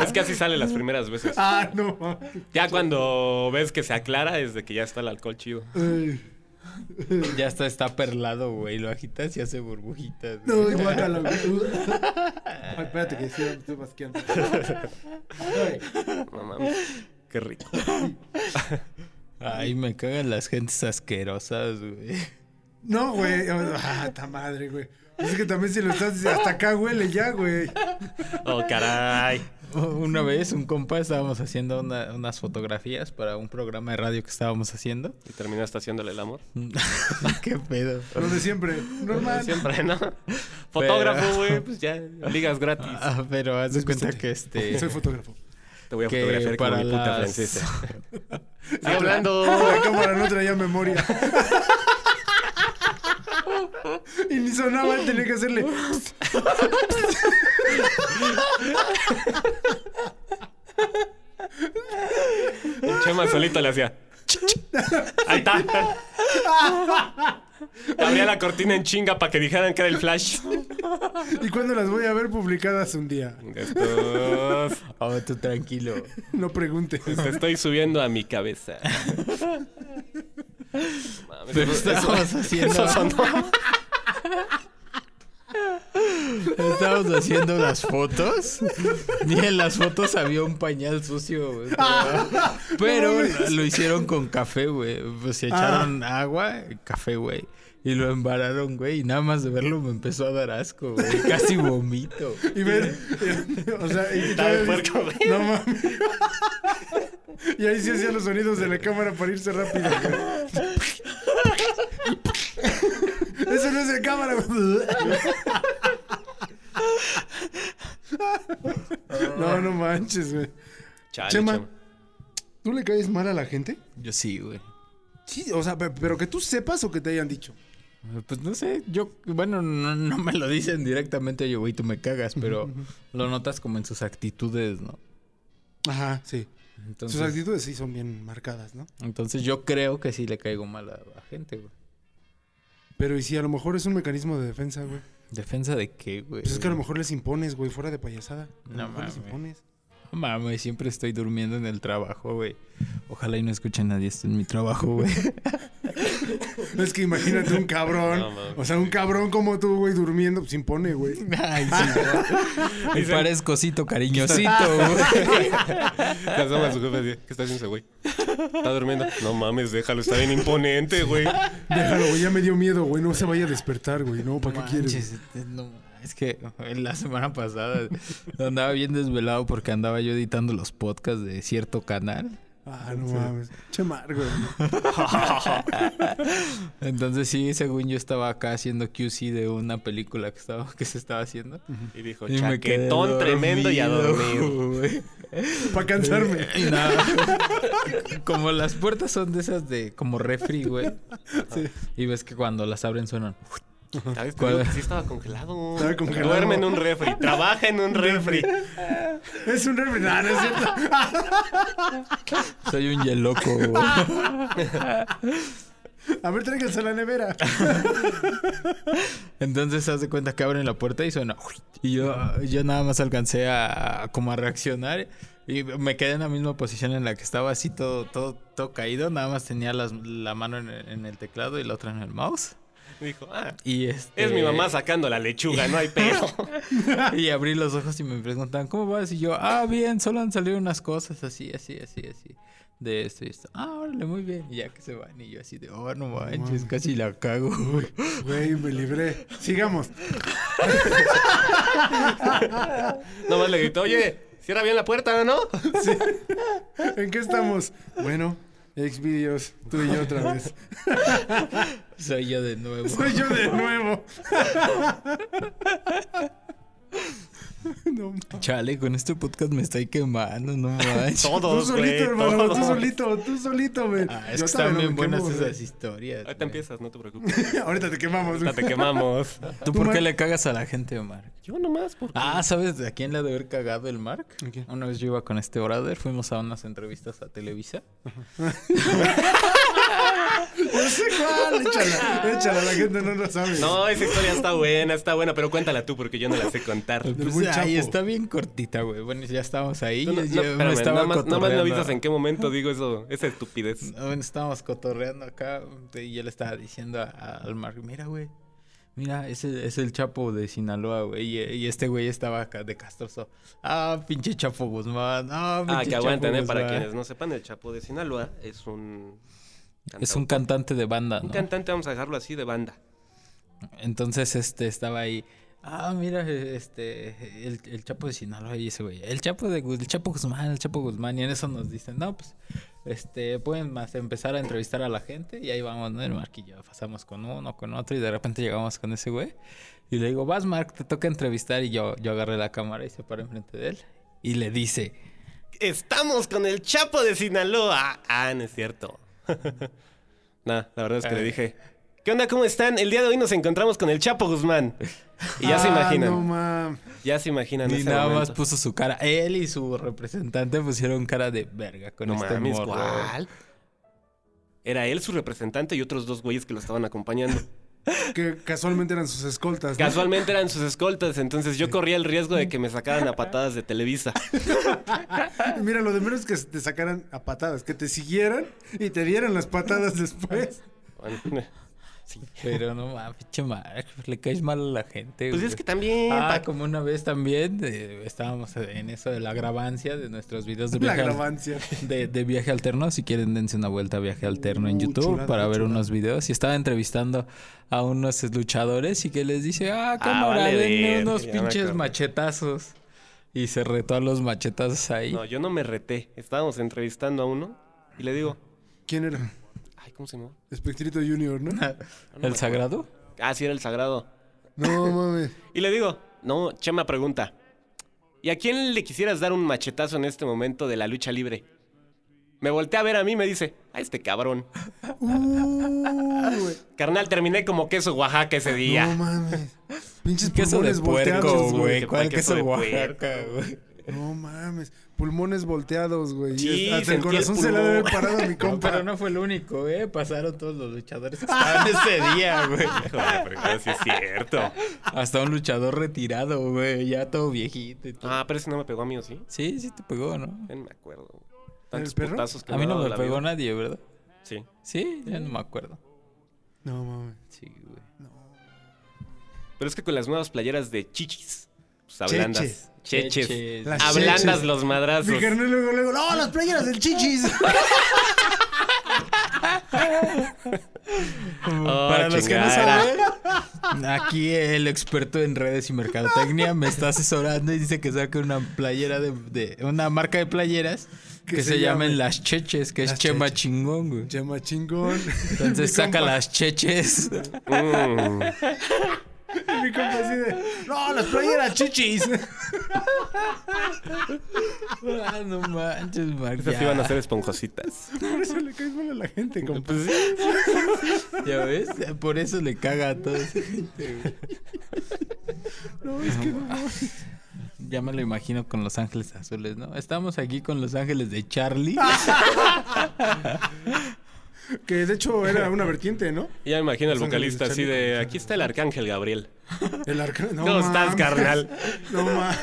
Es que así sale las primeras veces. Ah, no mames. Ya cuando ves que se aclara es de que ya está el alcohol chido. Ay, Ya está, está perlado, güey. Lo agitas y hace burbujitas. No, güey. guácala, güey. Ay, espérate que sí, me estoy basqueando. Ay, No mames. Qué rico. Ay, me cagan las gentes asquerosas, güey. No, güey. Ah, ta madre, güey. Es que también si lo estás diciendo, hasta acá huele ya, güey. Oh, caray. Una vez, un compa, estábamos haciendo una- unas fotografías para un programa de radio que estábamos haciendo. ¿Y terminaste haciéndole el amor? ¿Qué pedo? Lo de siempre. Ah, Normal. Siempre, ¿no? Fotógrafo, güey, pues ya, ligas gratis. Ah, pero haz de cuenta que este... Soy fotógrafo. Te voy a Que fotografiar con mi puta las- francesa. Sigue hablando. La cámara no traía memoria. Y ni sonaba, tenía que hacerle. El Chema solito le hacía. Ahí está. Abría la cortina en chinga para que dijeran que era el flash. ¿Y cuándo las voy a ver publicadas un día? Estos, Oh, tú tranquilo. No preguntes. te estoy subiendo a mi cabeza. Mames, Pero eso- estábamos haciendo... eso sonó. Estábamos haciendo las fotos. Y en las fotos había un pañal sucio, güey. Pero, pero lo hicieron con café, güey. Pues se echaron Ah. agua, café, güey. Y lo embararon, güey. Y nada más de verlo me empezó a dar asco, güey. Casi vomito. Y ver. O sea, y Está de puerco, güey. No mames. Y ahí sí hacía los sonidos de la cámara para irse rápido. güey. Eso no es de cámara, güey. No, no manches, güey. Chale, Chema. Chema. ¿Tú le caes mal a la gente? Yo sí, güey. Sí, o sea, pe- pero que tú sepas o que te hayan dicho. Pues no sé, yo, bueno, no, no me lo dicen directamente, yo, güey, tú me cagas, pero lo notas como en sus actitudes, ¿no? Ajá, sí. Sus Entonces, actitudes sí son bien marcadas, ¿no? entonces yo creo que sí le caigo mal a la gente, güey. Pero y si a lo mejor es un mecanismo de defensa, güey. ¿Defensa de qué, güey? Pues es que a lo mejor les impones, güey, fuera de payasada. A lo No mejor les mames. impones. No Mames, siempre estoy durmiendo en el trabajo, güey. Ojalá y no escuche a nadie esto en mi trabajo, güey. No es que imagínate un cabrón. No mames. o sea, un cabrón como tú, güey, durmiendo, pues impone, güey. Ay, sí. güey. Y Dicen- parezcosito, cariñosito, güey. Te asoma a su jefe así, ¿Qué está haciendo ese güey? Está durmiendo. No mames, déjalo, está bien imponente, güey. Déjalo, güey, ya me dio miedo, güey. No se vaya a despertar, güey. No, ¿para qué quieres? Manches, eh, no, es que la semana pasada andaba bien desvelado porque andaba yo editando los podcasts de cierto canal. Ah, no mames. Chemar, güey. Entonces sí, según yo estaba acá haciendo QC de una película que, estaba, que se estaba haciendo. Y dijo, Y me quedé chaquetón tremendo y a dormir. dormido, güey. Para cansarme. Y nada. como las puertas son de esas de como refri, güey. Y ves que cuando las abren suenan. ¿Sabes? Te ¿Cuál? digo que sí estaba congelado. Estaba congelado. Duerme en un refri, trabaja en un refri. Es un refri. No, no es cierto. Soy un yeloco, güey. A ver, tráiganse a la nevera. Entonces haz de cuenta que abren la puerta y suena. Y yo, yo nada más alcancé a, a como a reaccionar. Y me quedé en la misma posición en la que estaba así, todo, todo, todo caído. Nada más tenía las- la mano en el, en el teclado y la otra en el mouse. Dijo, ah, Y este, es mi mamá sacando la lechuga, no hay pedo. Y abrí los ojos y me preguntan, ¿cómo vas? Y yo, ah, bien, solo han salido unas cosas así, así, así, así. De esto y esto. Ah, órale, muy bien. Y ya que se van. Y yo así de, oh, no manches, casi la cago. Güey, me libré. Sigamos. Nomás le gritó, oye, cierra bien la puerta, ¿no? ¿En qué estamos? Bueno, Xvideos, tú y yo otra vez. Soy yo de nuevo. Soy yo de nuevo. No, ma- Chale, con este podcast me estoy quemando, no manches. tú Todos, solito, güey, hermano, todos. tú solito, tú solito, güey. Ah, es Yo que también están no bien me buenas quemo, güey. esas historias. Ahorita güey. empiezas, no te preocupes. Ahorita te quemamos, Ahorita güey. te quemamos. ¿Tú Tú, por qué Mark. le cagas a la gente, Mark? Yo nomás, porque... Ah, ¿sabes de a quién le ha de haber cagado el Mark? ¿A quién? Una vez yo iba con este brother, fuimos a unas entrevistas a Televisa. No sé cuál, échala, échala, la gente no lo sabe. No, esa historia está buena, está buena, pero cuéntala tú porque yo no la sé contar. Tú Pues, buen ay, Chapo. está bien cortita, güey. Bueno, ya estábamos ahí. No, no, yo- yo me espérame, estaba nada más, nada más me cotorreando. avisas en qué momento digo eso, esa estupidez. No, bueno, estábamos cotorreando acá y yo le estaba diciendo a- a- al Mark, mira, güey, mira, es el, es el Chapo de Sinaloa, güey. Y, y este güey estaba acá de castroso. Ah, pinche Chapo Guzmán. Ah, Ah, pinche que Chapo aguanten, ¿eh? Para Guzmán". quienes no sepan, el Chapo de Sinaloa es un... Es un cantante de banda, Un ¿no? cantante, vamos a dejarlo así, de banda. Entonces, este, estaba ahí. Ah, mira, eh, este, el, el Chapo de Sinaloa y ese güey. El Chapo de Gu- el Chapo Guzmán, el Chapo Guzmán. Y en eso nos dicen, no, pues, este, pueden más empezar a entrevistar a la gente. Y ahí vamos, ¿no? El marquillo. Pasamos con uno, con otro. Y de repente llegamos con ese güey. Y le digo, vas, Mark, te toca entrevistar. Y yo, yo agarré la cámara y se paró enfrente de él. Y le dice, Estamos con el Chapo de Sinaloa. Ah, no es cierto. nah, la verdad es Eh. que le dije. ¿Qué onda? ¿Cómo están? El día de hoy nos encontramos con el Chapo Guzmán. Y ya se Ah, imaginan. No, ma. ya se imaginan. y ese nada más momento. puso su cara. Él y su representante pusieron cara de verga con No este mames, morro. ¿cuál? Era él su representante y otros dos güeyes que lo estaban acompañando. Que casualmente eran sus escoltas. ¿no? Casualmente eran sus escoltas, entonces yo corría el riesgo de que me sacaran a patadas de Televisa. Ah, Mira, lo de menos es que te sacaran a patadas, que te siguieran y te dieran las patadas después. Bueno, pues Pero no mames, pinche Mark, le caes mal a la gente. pues es güey. que también. Ah, pa- como una vez también eh, estábamos en eso de la grabancia de nuestros videos de La viaje, al- grabancia. de, de viaje alterno. Si quieren, dense una vuelta a viaje alterno en Uh, YouTube chulada, para ver chulada. unos videos. Y estaba entrevistando a unos luchadores y que les dice, ah, Ah, cámara, vale denme verga, unos ya me pinches acordé. machetazos. Y se retó a los machetazos ahí. No, yo no me reté. Estábamos entrevistando a uno y le digo, ¿Quién era? ay, ¿cómo se llama? Espectrito Junior, ¿no? ¿El sagrado? Ah, sí, era el sagrado. No mames. Y le digo, no, Chema pregunta, ¿y a quién le quisieras dar un machetazo en este momento de la lucha libre? Me volteé a ver a mí y me dice, a este cabrón. Uh, güey. Carnal, terminé como queso Oaxaca ese día. No mames. Pinches Queso de pulmones volteados, puerco, güey. güey. que ¿Cuál fue queso queso de Oaxaca, güey? No mames. Pulmones volteados, güey. Sí, Y Hasta el sentí el corazón se le ha de haber pulmón. parado a mi No, compa. pero no fue el único, ¿eh? Pasaron todos los luchadores que estaban ese día, güey. Joder, pero sí es cierto. Hasta un luchador retirado, güey. Ya todo viejito y todo. Ah, pero ese no me pegó a mí, ¿o sí? Sí, sí te pegó, ¿no? Ya ni me acuerdo. Tantos perro? putazos que A mí ha no dado me la pegó vida. nadie, ¿verdad? Sí. Sí, ya no me acuerdo. No mames. Sí, güey. Pero es que con las nuevas playeras de chichis, pues ablandas. Cheches. Cheches. Las Ablandas cheches. los madrazos. Mi carnal luego, luego, no, las playeras del chichis. Oh, Para los que no chingada. saben, aquí el experto en redes y mercadotecnia me está asesorando y dice que saque una playera de, de- una marca de playeras Que que, se se, llamen llame Las Cheches, que es Las Chema Cheches. Chingón, güey. Llama chingón. Entonces Mi saca compa- las cheches. Mm. Mi compa así de, no, las playeras chichis. Ah, no manches, Mark. Esas iban a ser esponjositas. Pues Por eso le caes mal a la gente, compa. Ya ves, por eso le caga a toda esa gente, güey. No, es que no. Ya me lo imagino con Los Ángeles Azules, ¿no? Estamos aquí con Los Ángeles de Charlie. Ah. Que de hecho era una vertiente, ¿no? Ya me imagino al Son vocalista los así chaleco, de, chaleco. aquí está el arcángel Gabriel. El arcano. No, ¿Cómo estás, mames. carnal? No mames.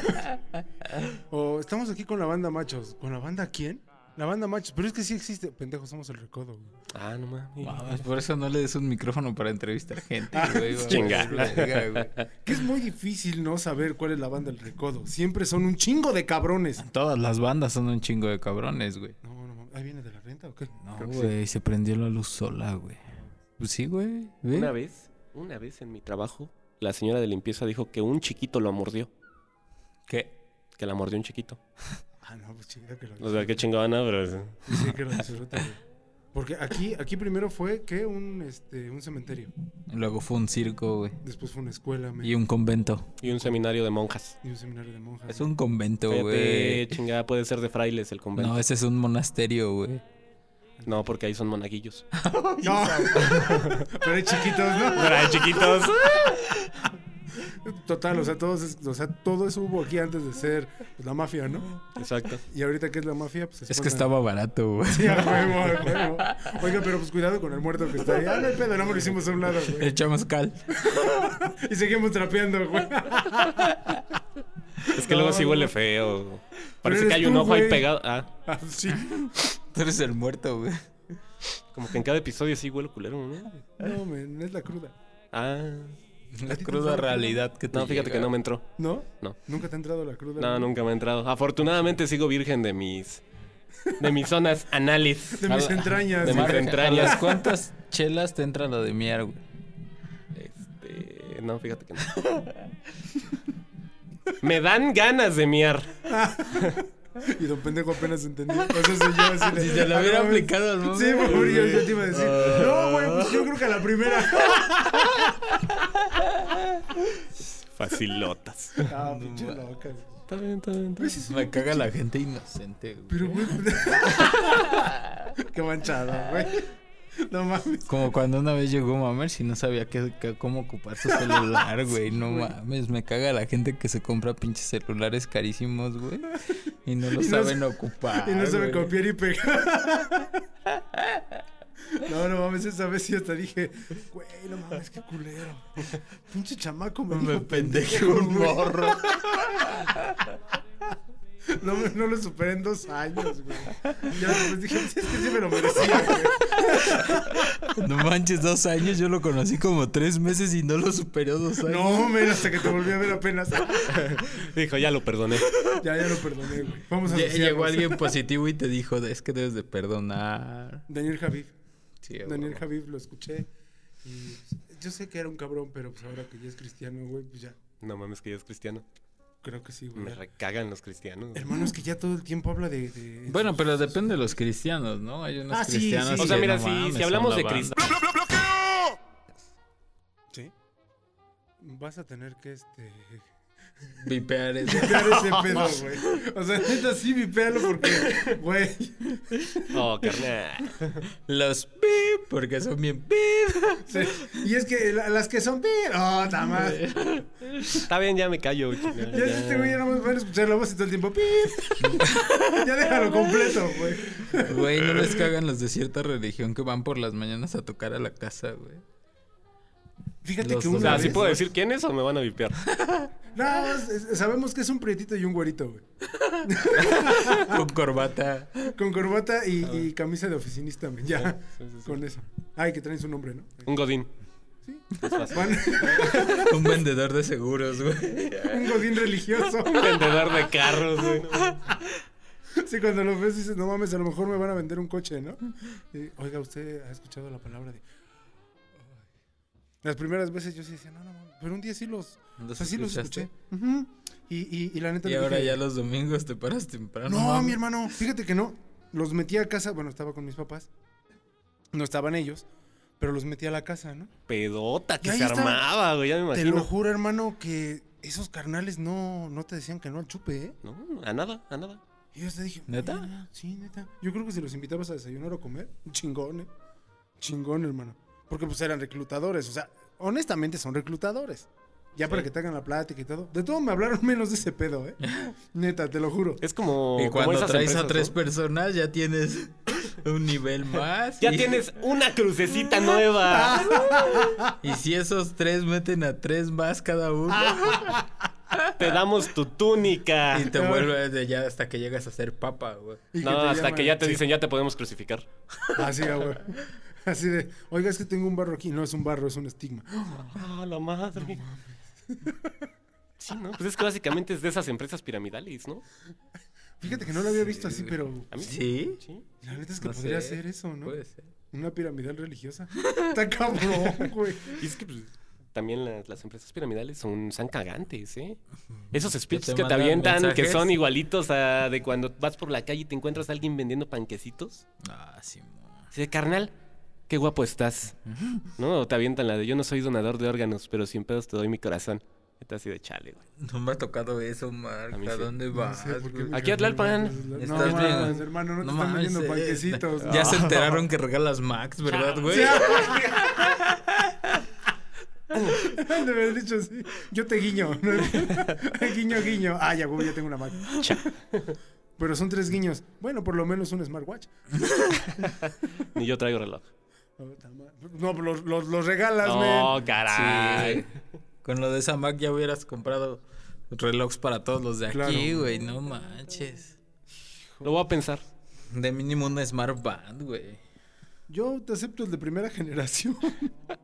O estamos aquí con la banda Machos. ¿Con la banda quién? La banda Machos. Pero es que sí existe. Pendejo, somos el recodo. güey. Ah, no mames. Mames, Pues por eso no le des un micrófono para entrevistar gente, Ah, güey. Vamos, Chinga. verga, güey. Que es muy difícil no saber cuál es la banda del recodo. Siempre son un chingo de cabrones. Todas las bandas son un chingo de cabrones, güey. No, no mames. ¿Ahí viene de la renta o qué? No, güey, se prendió la luz sola, güey. Pues sí, güey. ve. Una vez, una vez en mi trabajo, la señora de limpieza dijo que un chiquito lo mordió. ¿Qué? Que la mordió un chiquito. Ah, no, pues chido que lo O sea, qué chingona, pero... Sí, que lo disfrute, güey. Porque aquí, aquí primero fue, ¿qué? Un, este, un cementerio. Luego fue un circo, güey. Después fue una escuela men, Y un convento. Y un seminario de monjas. y un seminario de monjas. Es un convento, Cállate, güey. chingada, puede ser de frailes el convento. No, ese es un monasterio, güey. No, porque ahí son monaguillos. No. Pero hay chiquitos, ¿no? Ay, chiquitos. Total, o sea, todos, es- o sea, todo eso hubo aquí antes de ser pues, la mafia, ¿no? Exacto. Y ahorita que es la mafia, pues... se Es que espantan. estaba barato, güey. Sí, a huevo, a huevo. Oiga, pero pues cuidado con el muerto que está ahí. Ah, no hay pedo, no me lo hicimos a un lado, güey. Echamos cal. Y seguimos trapeando, güey. Es que luego sí huele feo. Parece eres que hay un tú, ojo ahí güey. pegado. Ah, Así. Tú eres el muerto, güey. como que en cada episodio sí huele culero, ¿no? No, men, es la cruda. Ah. La cruda realidad que te No, fíjate que no me entró. ¿No? No. ¿Nunca te ha entrado la cruda? No, nunca me ha entrado. Afortunadamente sigo virgen de mis... De mis zonas análisis. De mis entrañas. De mis güey. entrañas. ¿A las cuántas chelas te entra la de miar, güey? Este, no, fíjate que no. Me dan ganas de miar. Y don pendejo apenas entendió. O sea, soy yo así. de- Si te lo Ah, hubiera no, aplicado al Sí, momento. por yo, yo te iba a decir. No, güey, pues yo creo que a la primera. Facilotas. Ah, pinche loca. Está bien, está bien, está bien. Me caga la gente inocente, güey. Pero, güey. Qué manchada, güey. No mames. Como cuando una vez llegó Mamers y no sabía qué- qué- cómo ocupar su celular, güey. No mames, me caga la gente que se compra pinches celulares carísimos, güey. Y no lo Y no saben sa- ocupar. Y no sabe Ah, güey. copiar y pegar. No, no mames, esa vez sí hasta dije, güey, no mames, qué culero. Pinche chamaco me, Me dijo pendejé pendejo, un güey. morro. No, me- no lo superé en dos años, güey. Ya después dije, "Sí, es que sí me lo merecía, güey. No manches, dos años. Yo lo conocí como tres meses y no lo superó dos años. No, men, hasta que te volví a ver apenas. Dijo, ya lo perdoné. Ya, ya lo perdoné, güey. Vamos a Lle- asociarnos. Llegó alguien positivo y te dijo, es que debes de perdonar. Daniel Javif. Sí, Daniel güey. Javif lo escuché. Y pues, yo sé que era un cabrón, pero pues ahora que ya es cristiano, güey, pues ya. No mames, que yo es cristiano. Creo que sí, güey. Me recagan los cristianos. Hermano, es que ya todo el tiempo habla de. de- Bueno, pero depende de los cristianos, ¿no? Hay unos Ah, sí, cristianos. sí. O sea, que mira, no si, mames, si hablamos son de la banda. cristianos. Sí. Vas a tener que este. Vipear eso. Vipear ese pedo, güey. O sea, neta, sí, vipealo porque, güey. Oh, carnal. Los pip, porque son bien pip. sí. Y es que la- las que son. ¡Oh, tamás! Está bien, ya me callo. chingada, Ya este güey ya nomás van a escuchar la voz y todo el tiempo. "Pip". ya déjalo completo, güey. Güey, no les cagan los de cierta religión que van por las mañanas a tocar a la casa, güey. Fíjate Los que dos. una O sea, Ah, ¿sí vez- puedo decir quién es o me van a vipear? No, es- es- sabemos que es un prietito y un güerito, güey. Con corbata. Con corbata y, y camisa de oficinista, güey. Ya. Con eso. Ay, que traen su nombre, ¿no? Un godín. Van- Un vendedor de seguros, güey. un godín religioso. Un vendedor de carros, güey. no mames. Sí, cuando lo ves dices, no mames, a lo mejor me van a vender un coche, ¿no? Y, Oiga, usted ha escuchado la palabra de. Las primeras veces yo sí decía, no, no, no. Pero un día sí los. ¿Los o sea, sí los escuchaste? escuché. Ujú. y, y, y la neta Y le ahora dije, ya los domingos te paras temprano. No, mames. mi hermano, fíjate que no. Los metí a casa, bueno, estaba con mis papás. No estaban ellos, pero los metí a la casa, ¿no? Pedota que Y ahí se está. armaba, güey. Ya me Te lo imagino. juro, hermano, que esos carnales no, no te decían que no al chupe, ¿eh? No, a nada, a nada. Y yo te dije, ¿Neta? "Mira, Sí, neta. Yo creo que si los invitabas a desayunar o comer, chingón, ¿eh? Chingón, hermano. Porque pues eran reclutadores, o sea, honestamente son reclutadores. Ya para que te hagan la plática y todo. De todo me hablaron menos de ese pedo, ¿eh? Neta, te lo juro. Es como. Y como cuando esas traes a empresas, tres ¿no? personas ya tienes un nivel más. Ya y- tienes una crucecita nueva. Y si esos tres meten a tres más cada uno Ah. Te damos tu túnica. y te vuelves de ya hasta que llegas a ser papa, güey. Y No, te hasta llaman, que ya te sí. dicen, ya te podemos crucificar. Así, ah, güey. Así de, oiga, es que tengo un barro aquí. No es un barro, es un estigma. Ah, la madre. sí, ¿no? Pues es que básicamente es de esas empresas piramidales, ¿no? Fíjate que no lo había visto así, pero A mí ¿Sí? Sí. la neta es que No podría sé. ser eso, ¿no? Puede ser. Una piramidal religiosa. Está cabrón, güey. Y es que pues, también las, las empresas piramidales son, están cagantes, ¿eh? Esos speeches te que te mandan avientan, que mensajes. son igualitos a de cuando vas por la calle y te encuentras a alguien vendiendo panquecitos. Ah, sí, mo. Así de, carnal, qué guapo estás. ¿No? O te avientan la de yo no soy donador de órganos, pero sin pedos te doy mi corazón. Está así de chale, güey. No me ha tocado eso, A Marta. mí sí. dónde No vas? sé por qué güey? me Aquí a cambiaron Tlalpan. las- las- Estás No mames, bien. pues, hermano, no, No te están mames, vendiendo eh, panquecitos. Ya se enteraron que regalas Max, ¿verdad, güey? De haber dicho así. Yo te guiño. ¿no? guiño, guiño. Ah, ya, güey, ya tengo una Mac. Pero son tres guiños. Bueno, por lo menos un smartwatch. Ni yo traigo reloj. No, los, los, los regalas, Oh, men. caray. Con lo de esa Mac ya hubieras comprado relojes para todos los de Claro. aquí, güey. No manches. Lo voy a pensar. De mínimo una Smart Band, güey. Yo te acepto el de primera generación.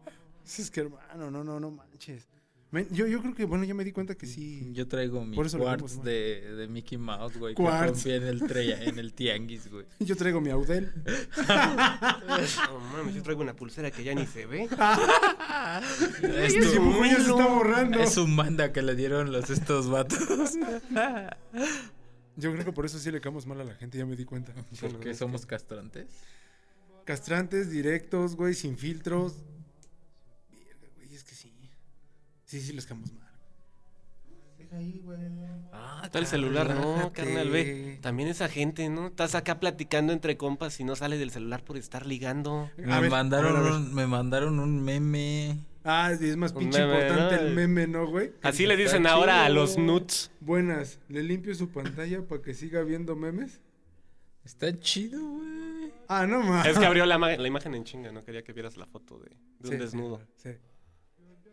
es que, hermano, no, no, no manches. Men, yo, yo creo que, bueno, ya me di cuenta que sí. Yo traigo mi Por eso le quartz dimos, de, de Mickey Mouse, güey. Que Quartz. rompí en el, tre- en el tianguis, güey. Yo traigo mi Audel. No mames, yo traigo una pulsera que ya ni se ve. Es, Ese tu- dibujo Este, ya se está borrando. es un manda que le dieron los estos vatos. Yo creo que por eso sí le caemos mal a la gente, ya me di cuenta. Porque somos castrantes. Castrantes, directos, güey, sin filtros. Verga, güey, es que sí. Sí, sí, les caemos mal. Deja ahí, güey. Ah, Está el celular, no, carnal, ve. También esa gente, ¿no? Estás acá platicando entre compas y no sale del celular por estar ligando. Me, A ver, mandaron a ver, a ver. Un, me mandaron un meme. Ah, es más Un pinche meme, importante ¿no? el meme, ¿no, güey? Así le Está dicen ahora a chido. los nuts. Buenas, le limpio su pantalla para que siga viendo memes. Está chido, güey. Ah, no mames. Es que abrió la, ma- la imagen en chinga, no quería que vieras la foto de, de un Sí, desnudo. Sí.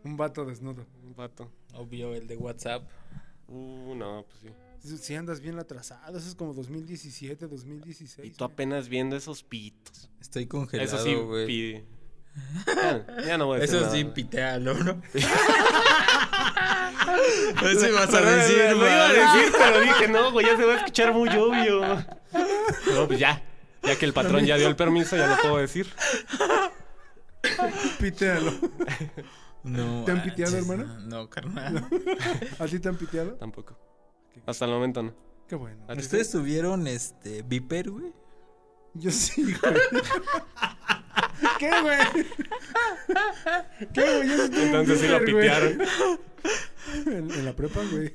Un vato desnudo. Un vato. Obvio, el de WhatsApp. Uh, no, pues sí. Si andas bien atrasado, eso es como 2017, 2016. Y tú güey. apenas viendo esos pitos. Estoy congelado, Eso sí, güey. pi- Ya, ya no voy a decir Eso nada, sí, güey. pitealo, ¿no? Eso ibas a Pero, decir, lo iba a güey. decir, pero dije, no, güey, ya se va a escuchar muy obvio. No, pues ya. Ya que el patrón ya dio el permiso, ya lo puedo decir. Pitealo. No, ¿Te han piteado, manches, hermano? No, no, carnal. ¿A ti te han piteado? Tampoco. Hasta el momento no. Qué bueno. ¿A ti sí? ¿Ustedes tuvieron este Viper, güey? Yo sí, güey. ¿Qué, güey? ¿Qué, güey? Yo sí estuve en Entonces sí lo Viper, güey. pitearon. En, en la prepa, güey.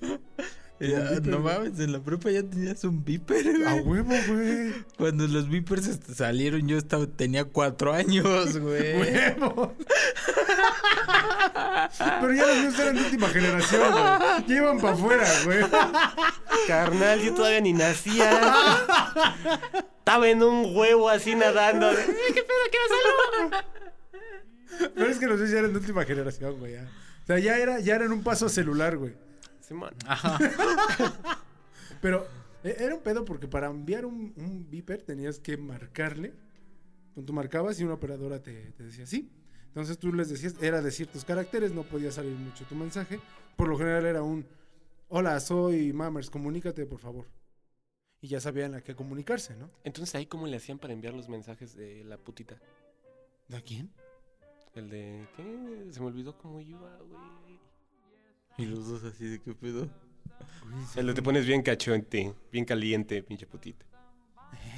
Ya, Viper, no güey. mames, en la prepa ya tenías un Viper, Ah, güey. A huevo, güey. Cuando los Vipers est- salieron, yo estaba, tenía cuatro años, Eh. güey. ¡Huevos! Pero ya los míos eran de última generación, güey. Ya iban para afuera, güey. Carnal, yo todavía ni nacía. Estaba en un huevo así nadando. Pero es que los míos ya eran de última generación, güey. ya. O sea, ya era, ya eran un paso celular, güey. Simón. Ah. Pero eh, era un pedo porque para enviar un, un beeper tenías que marcarle. Cuando tú marcabas y una operadora te, te decía sí. Entonces tú les decías, era de ciertos caracteres, no podía salir mucho tu mensaje. Por lo general era un, hola, soy Mammers, comunícate por favor. Y ya sabían a qué comunicarse, ¿no? Entonces ahí cómo le hacían para enviar los mensajes de la putita. ¿A quién? El de ¿qué? Se me olvidó cómo iba, güey. Y los dos así de qué pedo. El de Eh, te pones bien cachonte, bien caliente, pinche putita.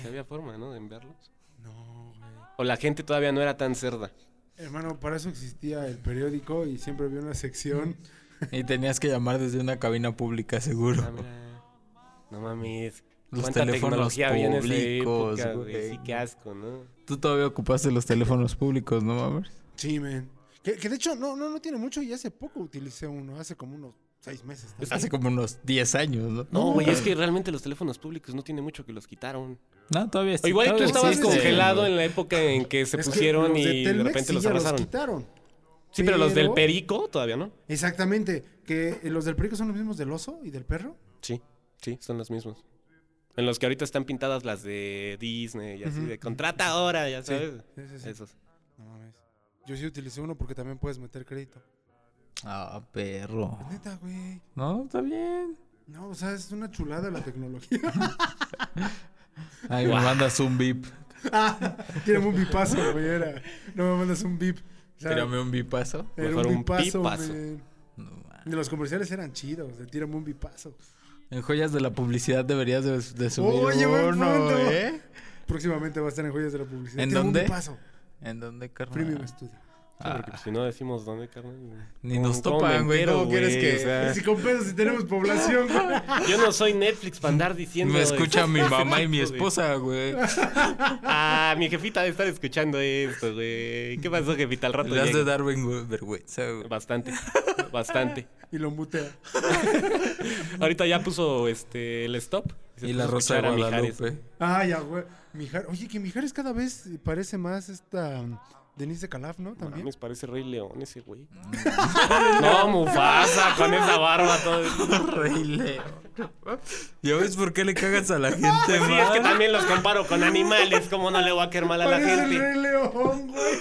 Sí había forma, ¿no? De enviarlos. No, güey. O la gente todavía no era tan cerda. Hermano, para eso existía el periódico y siempre había una sección. Y tenías que llamar desde una cabina pública, seguro. Ah, mira. No mames. Los ¿Cuánta teléfonos tecnología había en esa públicos, época, güey? güey. Sí, qué asco, ¿no? Tú todavía ocupaste los teléfonos públicos, ¿no, mames? Sí, man. Que, que de hecho, no, no, no tiene mucho y hace poco utilicé uno, hace como unos seis meses. tal vez. Hace como unos 10 años, ¿no? No, güey, es que realmente los teléfonos públicos no tiene mucho que los quitaron. No, todavía O está. igual tú todavía estabas existe. congelado en la época en que se Es que pusieron los y de, Telmex repente sí los ya arrasaron. quitaron. sí, pero los del pero- perico todavía, ¿no? Exactamente. Que eh, los del perico son los mismos del oso y del perro. Sí, sí, son los mismos. En los que ahorita están pintadas las de Disney y así Ujú. de contrata ahora, ya Sí, sabes. sí, sí, sí. Esos. No mames. Yo sí utilicé uno porque también puedes meter crédito. Ah, perro. Neta, güey. No, está bien. No, o sea, es una chulada la tecnología. Ay, me mandas un VIP. Tiene un bipazo, güey. Era. No me mandas un bip. sea, Tírame un bipaso. Era Mejor un un bipazo, pipazo. man. De los comerciales eran chidos, de tírame un bipazo. En joyas de la publicidad deberías de, de subir Oye, buen uno, punto. ¿eh? Próximamente va a estar en Joyas de la Publicidad. ¿En Tírame dónde? un bipazo. ¿En dónde, carnal? Ah. Premium Studio. porque pues, si no decimos dónde, carnal. Ah. Ni ¿cómo- nos cómo topan, me güey, entero, ¿cómo quieres güey? que- O sea, Si con pesos si tenemos población, güey. yo no soy Netflix para andar diciendo. Me escucha eso. mi mamá y mi Eso, güey. esposa, güey. Ah, mi jefita debe estar escuchando esto, güey. ¿Qué pasó, jefita? Al rato. Le has llega. de dar ven- vergüenza, güey. Bastante, bastante. Y lo mutea. Ahorita ya puso este el stop. se Y la puso rosa de a escuchar a Mijares. Guadalupe. Ah, ya, güey. Mijares. Oye, que Mijares cada vez parece más esta um, Denise de Calaf, ¿no? También. Mames, parece Rey León ese güey. Mm. no, Mufasa, con esa barba todo. Rey León. ¿Ya ves por qué le cagas a la gente, Sí, man? es que también los comparo con animales, ¿cómo no le voy a caer mal a la Parece el gente? Rey León, güey.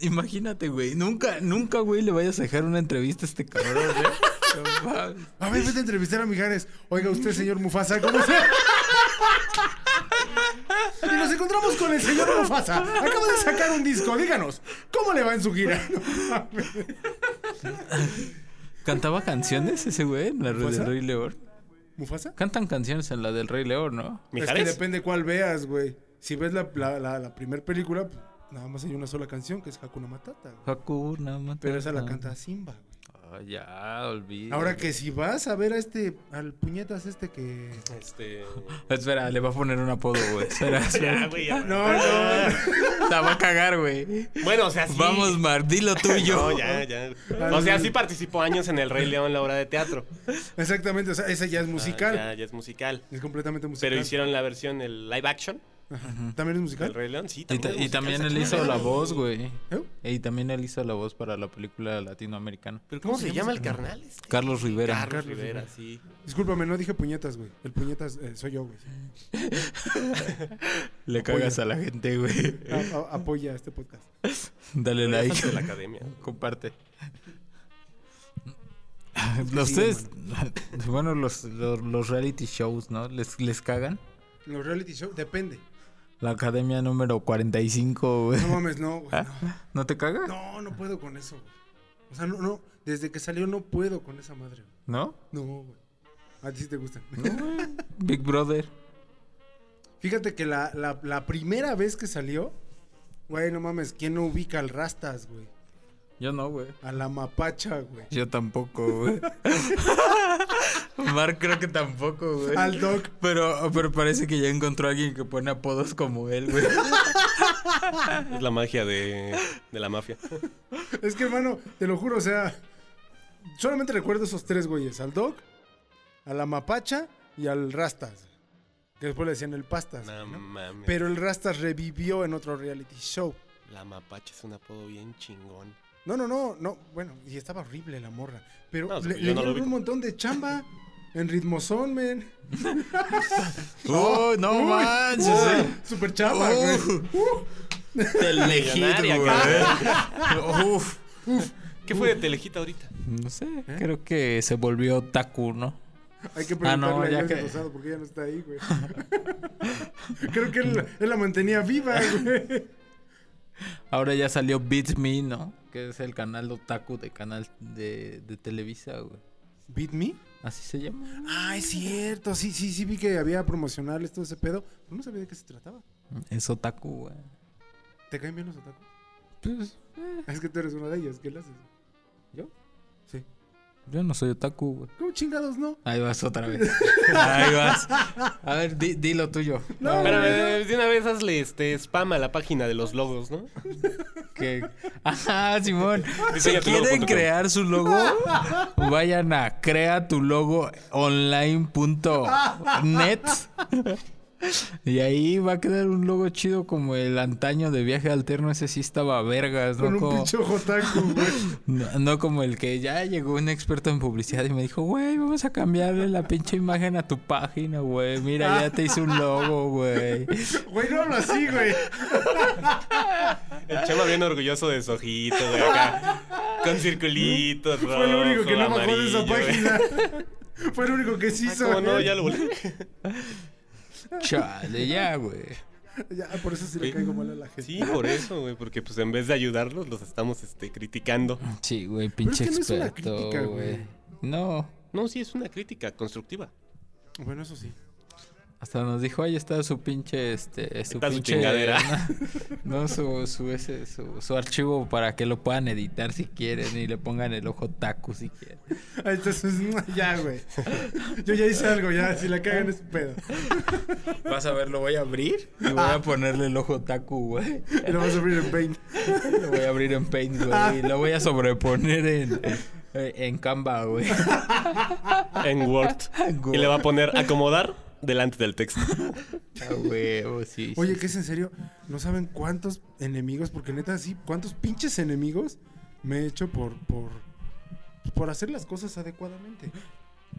Imagínate, güey. Nunca, nunca, güey, le vayas a dejar una entrevista a este cabrón, güey. No mames. A ver, vete a entrevistar a Mijares. Oiga, usted, señor Mufasa, ¿cómo está? Y nos encontramos con el señor Mufasa. Acaba de sacar un disco. Díganos, ¿cómo le va en su gira? ¿Cantaba canciones ese güey en la red ¿Mufasa? del Rey León? ¿Mufasa? Cantan canciones en la del Rey León, ¿no? ¿Mijares? Es que depende cuál veas, güey. Si ves la, la, primera película, pues, nada más hay una sola canción, que es Hakuna Matata. güey. Hakuna Matata. Pero esa la canta Simba, güey. Ah, ya, olvida. Ahora que si vas a ver a este, al puñetas este que... Este. Espera, le va a poner un apodo, güey. Espera, Ya, espera. güey, ya. No, no, La va a cagar, güey. Bueno, o sea, sí. Vamos, Mar, di lo tuyo. No, ya, ya. O sea, sí participó años en el Rey León, la obra de teatro. Exactamente, o sea, esa ya es musical. Ah, ya, ya es musical. Es completamente musical. Pero hicieron la versión, el live action ¿También es del musical? Rey León, sí. Y, ta- y es musical, también esa él chingada. hizo la voz, güey. ¿Eh? Y también él hizo la voz para la película latinoamericana. ¿Pero cómo, se, llama el carnal? este? Carlos Rivera. Carlos, Rivera, sí. Discúlpame, no dije puñetas, güey. El puñetas eh, soy yo, güey. Le cagas a la gente, güey. Eh. A- a- apoya este podcast. Dale like. De la academia. Comparte. Los ustedes, bueno, los, los, los reality shows, ¿no? ¿Les, les cagan? Los reality show, depende. La academia número 45, güey. No mames, no, ¿Ah? güey. No. ¿No te caga? No, no puedo con eso, güey. O sea, no, no. Desde que salió no puedo con esa madre, güey. ¿No? No, güey. A ti sí te gustan. Big Brother. Fíjate que la, la, la primera vez que salió, güey, no mames, ¿quién no ubica al Rastas, güey? Yo no, güey. A la Mapacha, güey. Yo tampoco, güey. Mark creo que tampoco, güey. Al Doc. Pero, pero parece que ya encontró a alguien que pone apodos como él, güey. Es la magia de, de la mafia. Es que, hermano, te lo juro, o sea, solamente recuerdo esos tres güeyes: al Doc, a la Mapacha y al Rastas. Que después le decían el Pastas. No güey, ¿no? mames. Pero el Rastas revivió en otro reality show. La mapache es un apodo bien chingón. No, no, no, no. Bueno, y estaba horrible la morra. Pero No, es le, que le yo no lo dieron ubico. un montón de chamba en Ritmozón, men. ¡Oh, no manches! eh. Super chamba, Oh. güey. Telejit, Millonaria, güey. Uf. ¿Qué fue de Telejita ahorita? No sé, creo que se volvió Taku, ¿no? Hay que Ah, no, preguntarle ya a Iglesia que- Rosado porque ya no está ahí, güey. Creo que él, él la mantenía viva, güey. Ahora ya salió Beat Me, ¿no? Que es el canal Otaku de canal de, de Televisa, güey. ¿Beat me? Así se llama. Ah, es cierto. Sí, sí, sí, vi que había promocionales, todo ese pedo. Pero no sabía de qué se trataba. Es Otaku, güey. ¿Te caen bien los otakus? Pues, Es que tú eres uno de ellos. ¿Qué le haces? ¿Yo? Sí. yo no soy Otaku, güey. ¿Cómo chingados no? Ahí vas otra vez. Ahí vas. A ver, di, di lo tuyo. No, A ver, Pero eh, de una vez hazle este spam a la página de los logos, ¿no? que- Ajá, Simón. Si Diseña tu logo quieren punto com. crear su logo, vayan a creatulogoonline.net y ahí va a quedar un logo chido como el antaño de viaje alterno. Ese sí estaba vergas, Con ¿no? un Como, pinche otaku, güey. no, no como el que ya llegó un experto en publicidad y me dijo, güey, vamos a cambiarle la pinche imagen a tu página, güey. Mira, ya te hice un logo, güey. Güey, no hablo así, güey. El chema bien orgulloso de su ojito, güey, acá. Con circulitos, Fue el único que no rojo, bajó de esa amarillo, güey. página. Fue el único que sí hizo. ¿Cómo no? güey. Ya lo volví. Chale, ya, güey. Ya, por eso sí le Sí. caigo mal a la gente. Sí, por eso, güey, porque pues en vez de ayudarlos, los estamos este, criticando. Sí, güey, pinche es que no es una experto, crítica, güey. güey. No, No, sí, es una crítica constructiva. Bueno, eso sí. hasta nos dijo, ahí está su pinche, este, su está su pinche... chingadera". No, su, su, ese, su, su archivo para que lo puedan editar si quieren y le pongan el ojo taco si quieren. Ah, Entonces, ya, güey. Yo ya hice algo, ya. Si la cagan es su pedo. Vas a ver, lo voy a abrir y voy a ponerle el ojo taco, güey. Y lo vas a abrir en paint. Lo voy a abrir en Paint, güey. Y lo voy a sobreponer en, en Canva, güey. En Word. Y le va a poner acomodar delante del texto. Ah, güey, oh, sí, sí, Oye, sí. que es en serio, no saben cuántos enemigos, porque neta, sí, cuántos pinches enemigos me he hecho por, por, pues, por hacer las cosas adecuadamente.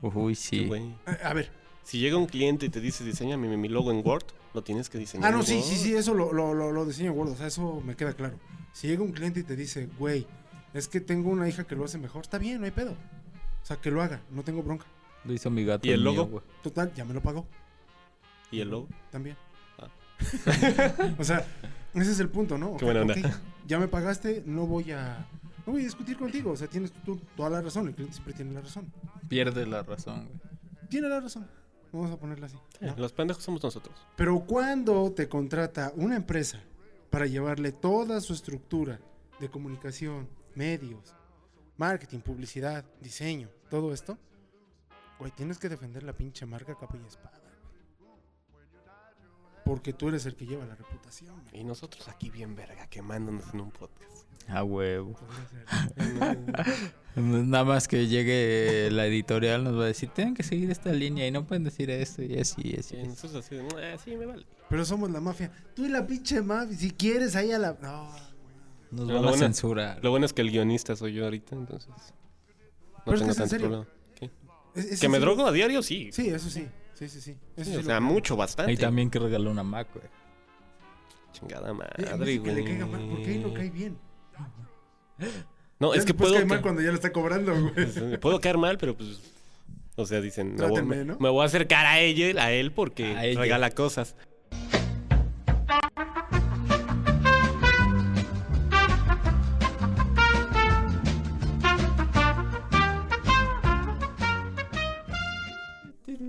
Uy, sí. Güey. A, a ver, Si llega un cliente y te dice diseñame mi logo en Word, lo tienes que diseñar. ah, no, en sí, Word. sí, sí, eso lo, lo, lo, lo diseño en Word, o sea, eso me queda claro. Si llega un cliente y te dice, güey, es que tengo una hija que lo hace mejor, está bien, no hay pedo. O sea, que lo haga, no tengo bronca. Lo hizo mi gato. ¿Y el mío, logo? güey. Total, ya me lo pagó. Y el logo. También. Ah. o sea, ese es el punto, ¿no? Qué buena Ok, onda. ok, ya me pagaste, no voy a. No voy a discutir contigo. O sea, tienes tú toda la razón. El cliente siempre tiene la razón. Pierde la razón, güey. Tiene la razón. Vamos a ponerla así. ¿no? Los pendejos somos nosotros. Pero cuando te contrata una empresa para llevarle toda su estructura de comunicación, medios, marketing, publicidad, diseño, todo esto, güey, tienes que defender la pinche marca capa y espada. güey. Porque tú eres el que lleva la reputación. güey. Y nosotros aquí bien verga, quemándonos en un podcast. Ah, huevo. No, Nada más que llegue la editorial nos va a decir, tienen que seguir esta línea y no pueden decir esto y así, y así. sí, y así". nosotros así de, "Ah, sí, me vale. Pero somos la mafia. Tú y la pinche mafia. Si quieres, ahí a la. No. Nos Pero van lo a bueno- censurar. Lo bueno es que el guionista soy yo ahorita, entonces. No Pero es que es tengo en tanto serio. problema. ¿Qué? Es- es ¿Que me así. drogo a diario? Sí. Sí, eso sí. Sí, sí, sí. Eso Sí, sí o lo sea, creo. mucho, bastante. Y también que regaló una Mac, güey. Chingada Eh, a mí madre, sí que güey. le caiga mal. ¿Por qué no cae bien? No, Ya es que después puedo. cae mal ca- cuando ya lo está cobrando, güey. pues, puedo caer mal, pero pues. O sea, dicen, me voy, Trátenme, me- ¿no? me voy a acercar a ella, a él, porque A ella. regala cosas.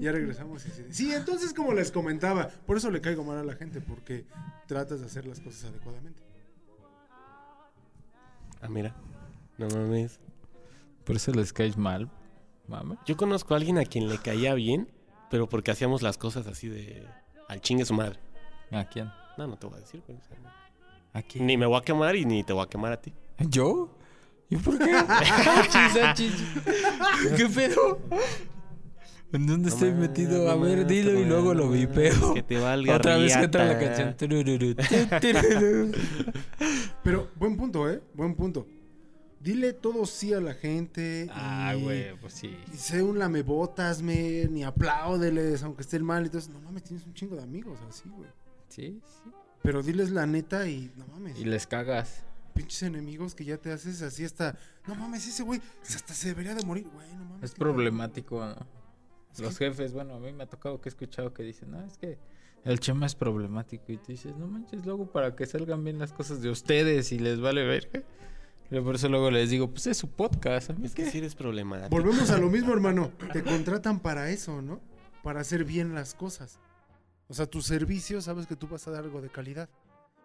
Ya regresamos. y sí. Sí, entonces como les comentaba, por eso le caigo mal a la gente, porque tratas de hacer las cosas adecuadamente. Ah, mira. No mames. Por eso les caes mal, mame. Yo conozco a alguien a quien le caía bien, pero porque hacíamos las cosas así de. Al chingue su madre. ¿A quién? No, no te voy a decir, güey, o sea, no. ¿A quién? Ni me voy a quemar y ni te voy a quemar a ti. ¿Yo? ¿Y por qué? Chis, ah, chis. ¿Qué pedo? ¿En dónde estoy No más, metido? A no ver, más, dilo y carnal, luego no lo más. vipeo. Que te valga Otra vez que entra la riata. canción. Tururú, tu, tururú. Pero buen punto, ¿eh? Buen punto. Dile todo sí a la gente. Ah, y- güey, pues sí. Y sé un lamebotas, men, y apláudeles, aunque estén mal. Entonces, no mames, tienes un chingo de amigos así, güey. Sí, sí. Pero diles la neta y no mames. Y les cagas. pinches enemigos que ya te haces así hasta. No mames, ese güey hasta se debería de morir, güey, no mames. Es qué problemático, ¿no? Los jefes, bueno, a mí me ha tocado que he escuchado que dicen, no, es que el chema es problemático. Y tú dices, no manches, luego para que salgan bien las cosas de ustedes y les vale ver. Yo por eso luego les digo, pues es su podcast, a mí Es que qué? si eres problemático. Volvemos a lo mismo, hermano. Te contratan para eso, ¿no? Para hacer bien las cosas. O sea, tus servicios, sabes que tú vas a dar algo de calidad.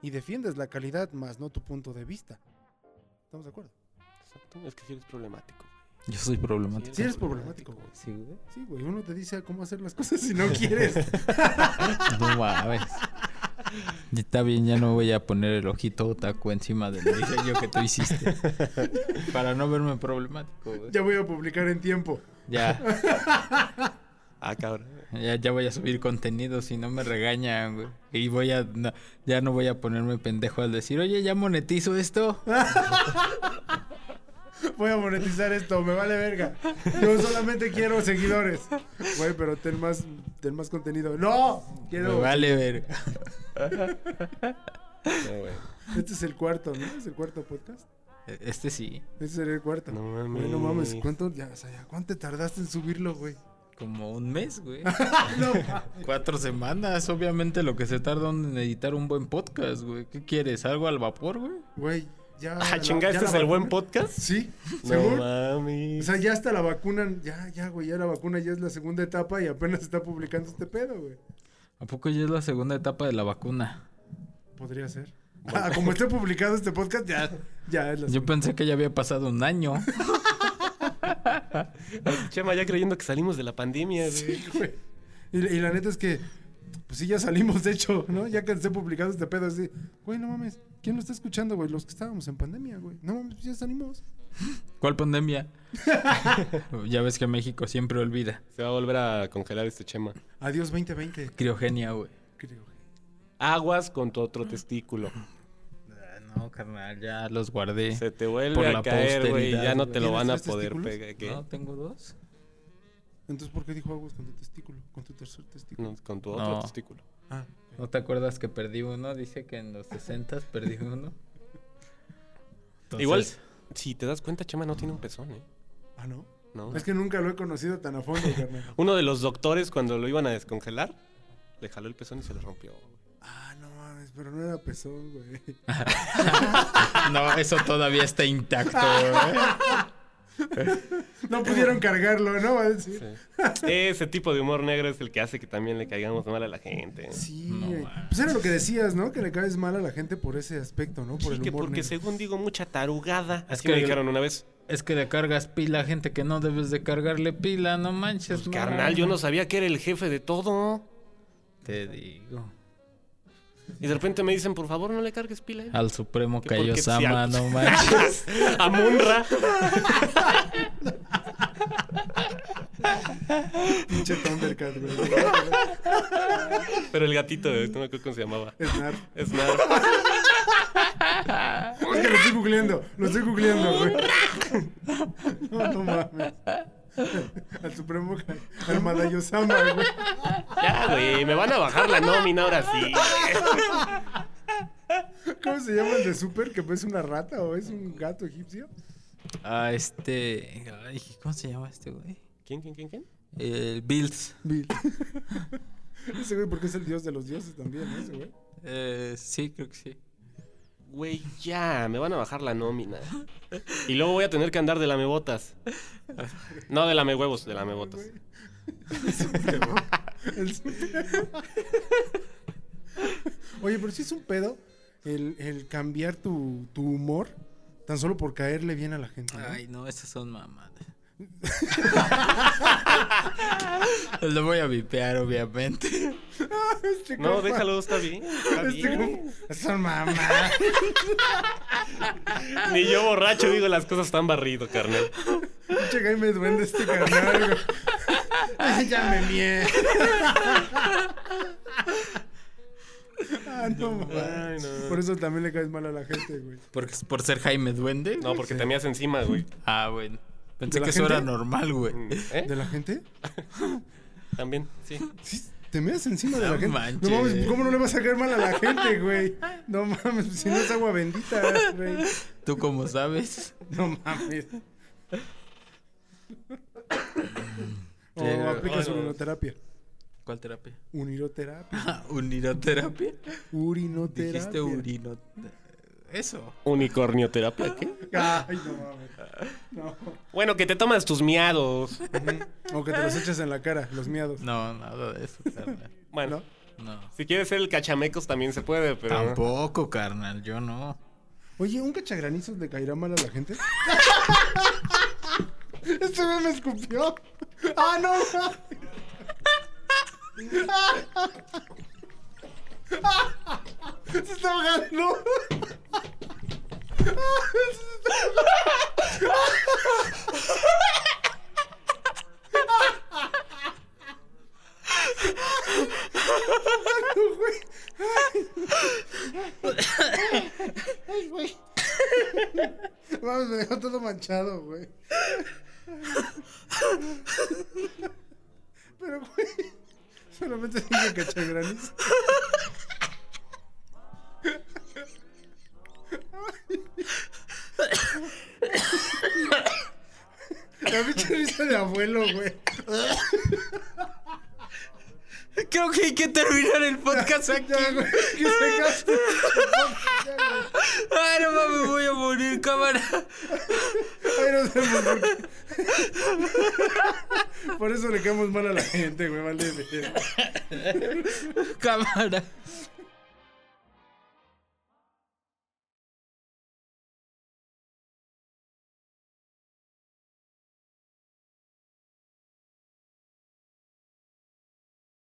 Y defiendes la calidad, más no tu punto de vista. ¿Estamos de acuerdo? Exacto, Es que si eres problemático. Yo soy problemático. Sí eres problemático, güey. Sí, güey. Sí, güey. Uno te dice cómo hacer las cosas si no quieres. No mames. Y Está bien, ya no voy a poner el ojito otaku encima del diseño que tú hiciste. Para no verme problemático, güey. ya voy a publicar en tiempo. Ya, Ah, cabrón. ya, ya voy a subir contenido si no me regañan, güey. Y voy a, no, ya no voy a ponerme pendejo al decir, oye, ya monetizo esto. Voy a monetizar esto, me vale verga. Yo solamente quiero seguidores. Güey, pero ten más, ten más contenido. ¡No! Me Quiero. vale ver. No, güey. Este es el cuarto, ¿no? Es el cuarto podcast. Este sí. Ese sería el cuarto. No Güey, no mames, mames. ¿cuánto, ya, o sea, ya, ¿cuánto te tardaste en subirlo, güey? Como un mes, güey. Cuatro semanas, obviamente lo que se tarda en editar un buen podcast, güey. ¿Qué quieres? ¿Algo al vapor, güey? Güey, ya. Ah, la- chinga, ya ¿este la es el buen vacuna- podcast? Sí, No según. mami. O sea, ya hasta la vacuna, ya, ya, güey, ya la vacuna ya es la segunda etapa y apenas está publicando este pedo, güey. ¿A poco ya es la segunda etapa de la vacuna? Podría ser. Ah, como esté publicado este podcast, ya, ya es la Yo pensé que ya había pasado un año. Chema, ya creyendo que salimos de la pandemia, güey. Sí, güey. Y, y la neta es que, pues sí, ya salimos, de hecho, ¿no? Ya que esté publicado este pedo, así, güey, no mames, ¿quién lo está escuchando, güey? Los que estábamos en pandemia, güey. No mames, pues ya salimos. ¿Cuál pandemia? ya ves que México siempre olvida. Se va a volver a congelar este Chema. Adiós 2020, Criogenia, güey. creo, güey. Aguas con tu otro testículo. Ah, No, carnal, ya los guardé. Se te vuelve Por la a caer, güey. posteridad, Ya no güey. te lo ¿Tienes van a tres poder testículos? pegar. ¿qué? ¿No? ¿Tengo dos? Entonces, ¿por qué dijo aguas con tu testículo? Con tu tercer testículo. No, con tu otro No. testículo. Ah, ¿No te acuerdas que perdí uno? Dice que en los 60 perdí uno. Igual, Entonces, si te das cuenta, Chema no tiene un pezón, ¿eh? ah, no. No. Es que nunca lo he conocido tan a fondo, carnal. Uno de los doctores, cuando lo iban a descongelar, le jaló el pezón y se le rompió. Ah, no mames, pero no era pezón, güey. No, eso todavía está intacto. ¿eh? güey. No pudieron cargarlo, ¿no? Va a decir. Ese tipo de humor negro es el que hace que también le caigamos mal a la gente. Sí, güey. pues era lo que decías, ¿no? Que le caes mal a la gente por ese aspecto, ¿no? Por Sí, el que humor porque negro. según digo, mucha tarugada. Es Así que me el- dijeron una vez. Es que le cargas pila a gente que no debes de cargarle pila, no manches. Pues, carnal, yo no sabía que era el jefe de todo. Te digo. Y de repente me dicen, por favor, no le cargues pila. eh". a él". Al supremo Que porque Kaiosama, si no manches. A Munra. Pinche Thundercat, güey. Pero el gatito, eh, no me acuerdo cómo se llamaba. Snarf. Es nada. Es que lo estoy googleando, lo estoy googleando, güey. No, no mames. Al Supremo, al Madayosama, güey. Ya, güey, me van a bajar la nómina ahora sí. ¿Cómo se llama el de Super? ¿Que pues es una rata o es un gato egipcio? Ah, este. ay, ¿Cómo se llama este güey? ¿Quién, quién, quién, quién? El Bills. Bill. Ese güey, porque es el dios de los dioses también, ¿no? Ese güey. Eh, sí, creo que sí. Güey, ya, me van a bajar la nómina. Y luego voy a tener que andar de lamebotas. No, de lamehuevos, de lamebotas. El Supremo. Oye, pero sí es un pedo el, el cambiar tu, tu humor tan solo por caerle bien a la gente. ¿no? Ay, no, esas son mamadas. Lo voy a vipear, obviamente. Este No, compa- déjalo, está bien. Está Este bien. compa- Son mamás. Ni yo borracho digo las cosas tan barrido, carnal. Pinche y me duende este carnal. güey. Ay, ya me mié. ah, no, mamá. Ay, no. Por eso también le caes mal a la gente, güey. Porque por ser Jaime Duende. No, porque te mías encima, güey. Ah, bueno. Pensé ¿De la que eso era gente? normal, güey. ¿Eh? ¿De la gente? También, sí. Sí, te meas encima de No la gente. manches. No mames, ¿cómo no le vas a caer mal a la gente, güey? No mames, si no es agua bendita, güey. Tú como sabes. No mames. o Pero- aplicas Ay, no. urinoterapia. ¿Cuál terapia? Urinoterapia. ¿Urinoterapia? Urinoterapia. Dijiste urino. Eso. Unicornioterapia, ¿qué? Ay, no mames. No. Bueno, que te tomas tus miados. O que te los echas en la cara, los miados. No, nada de eso, carnal. Bueno, ¿No? No. si quieres ser el cachamecos también se puede, pero. Tampoco, carnal, yo no. Oye, ¿un cachagranizo le caerá mal a la gente? este güey me escupió. ¡Ah, no! ¡Se está ahogando! Vamos, me dejó todo manchado, güey. Pero, güey, solamente dije cachagranizo. La pinche risa de abuelo, güey. Creo que hay que terminar el podcast aquí. Ya, güey, que se gaste. Ay, no mames, voy a morir, cámara. Ay, no sabemos por qué. Por eso le caemos mal a la gente, güey, vale. Cámara.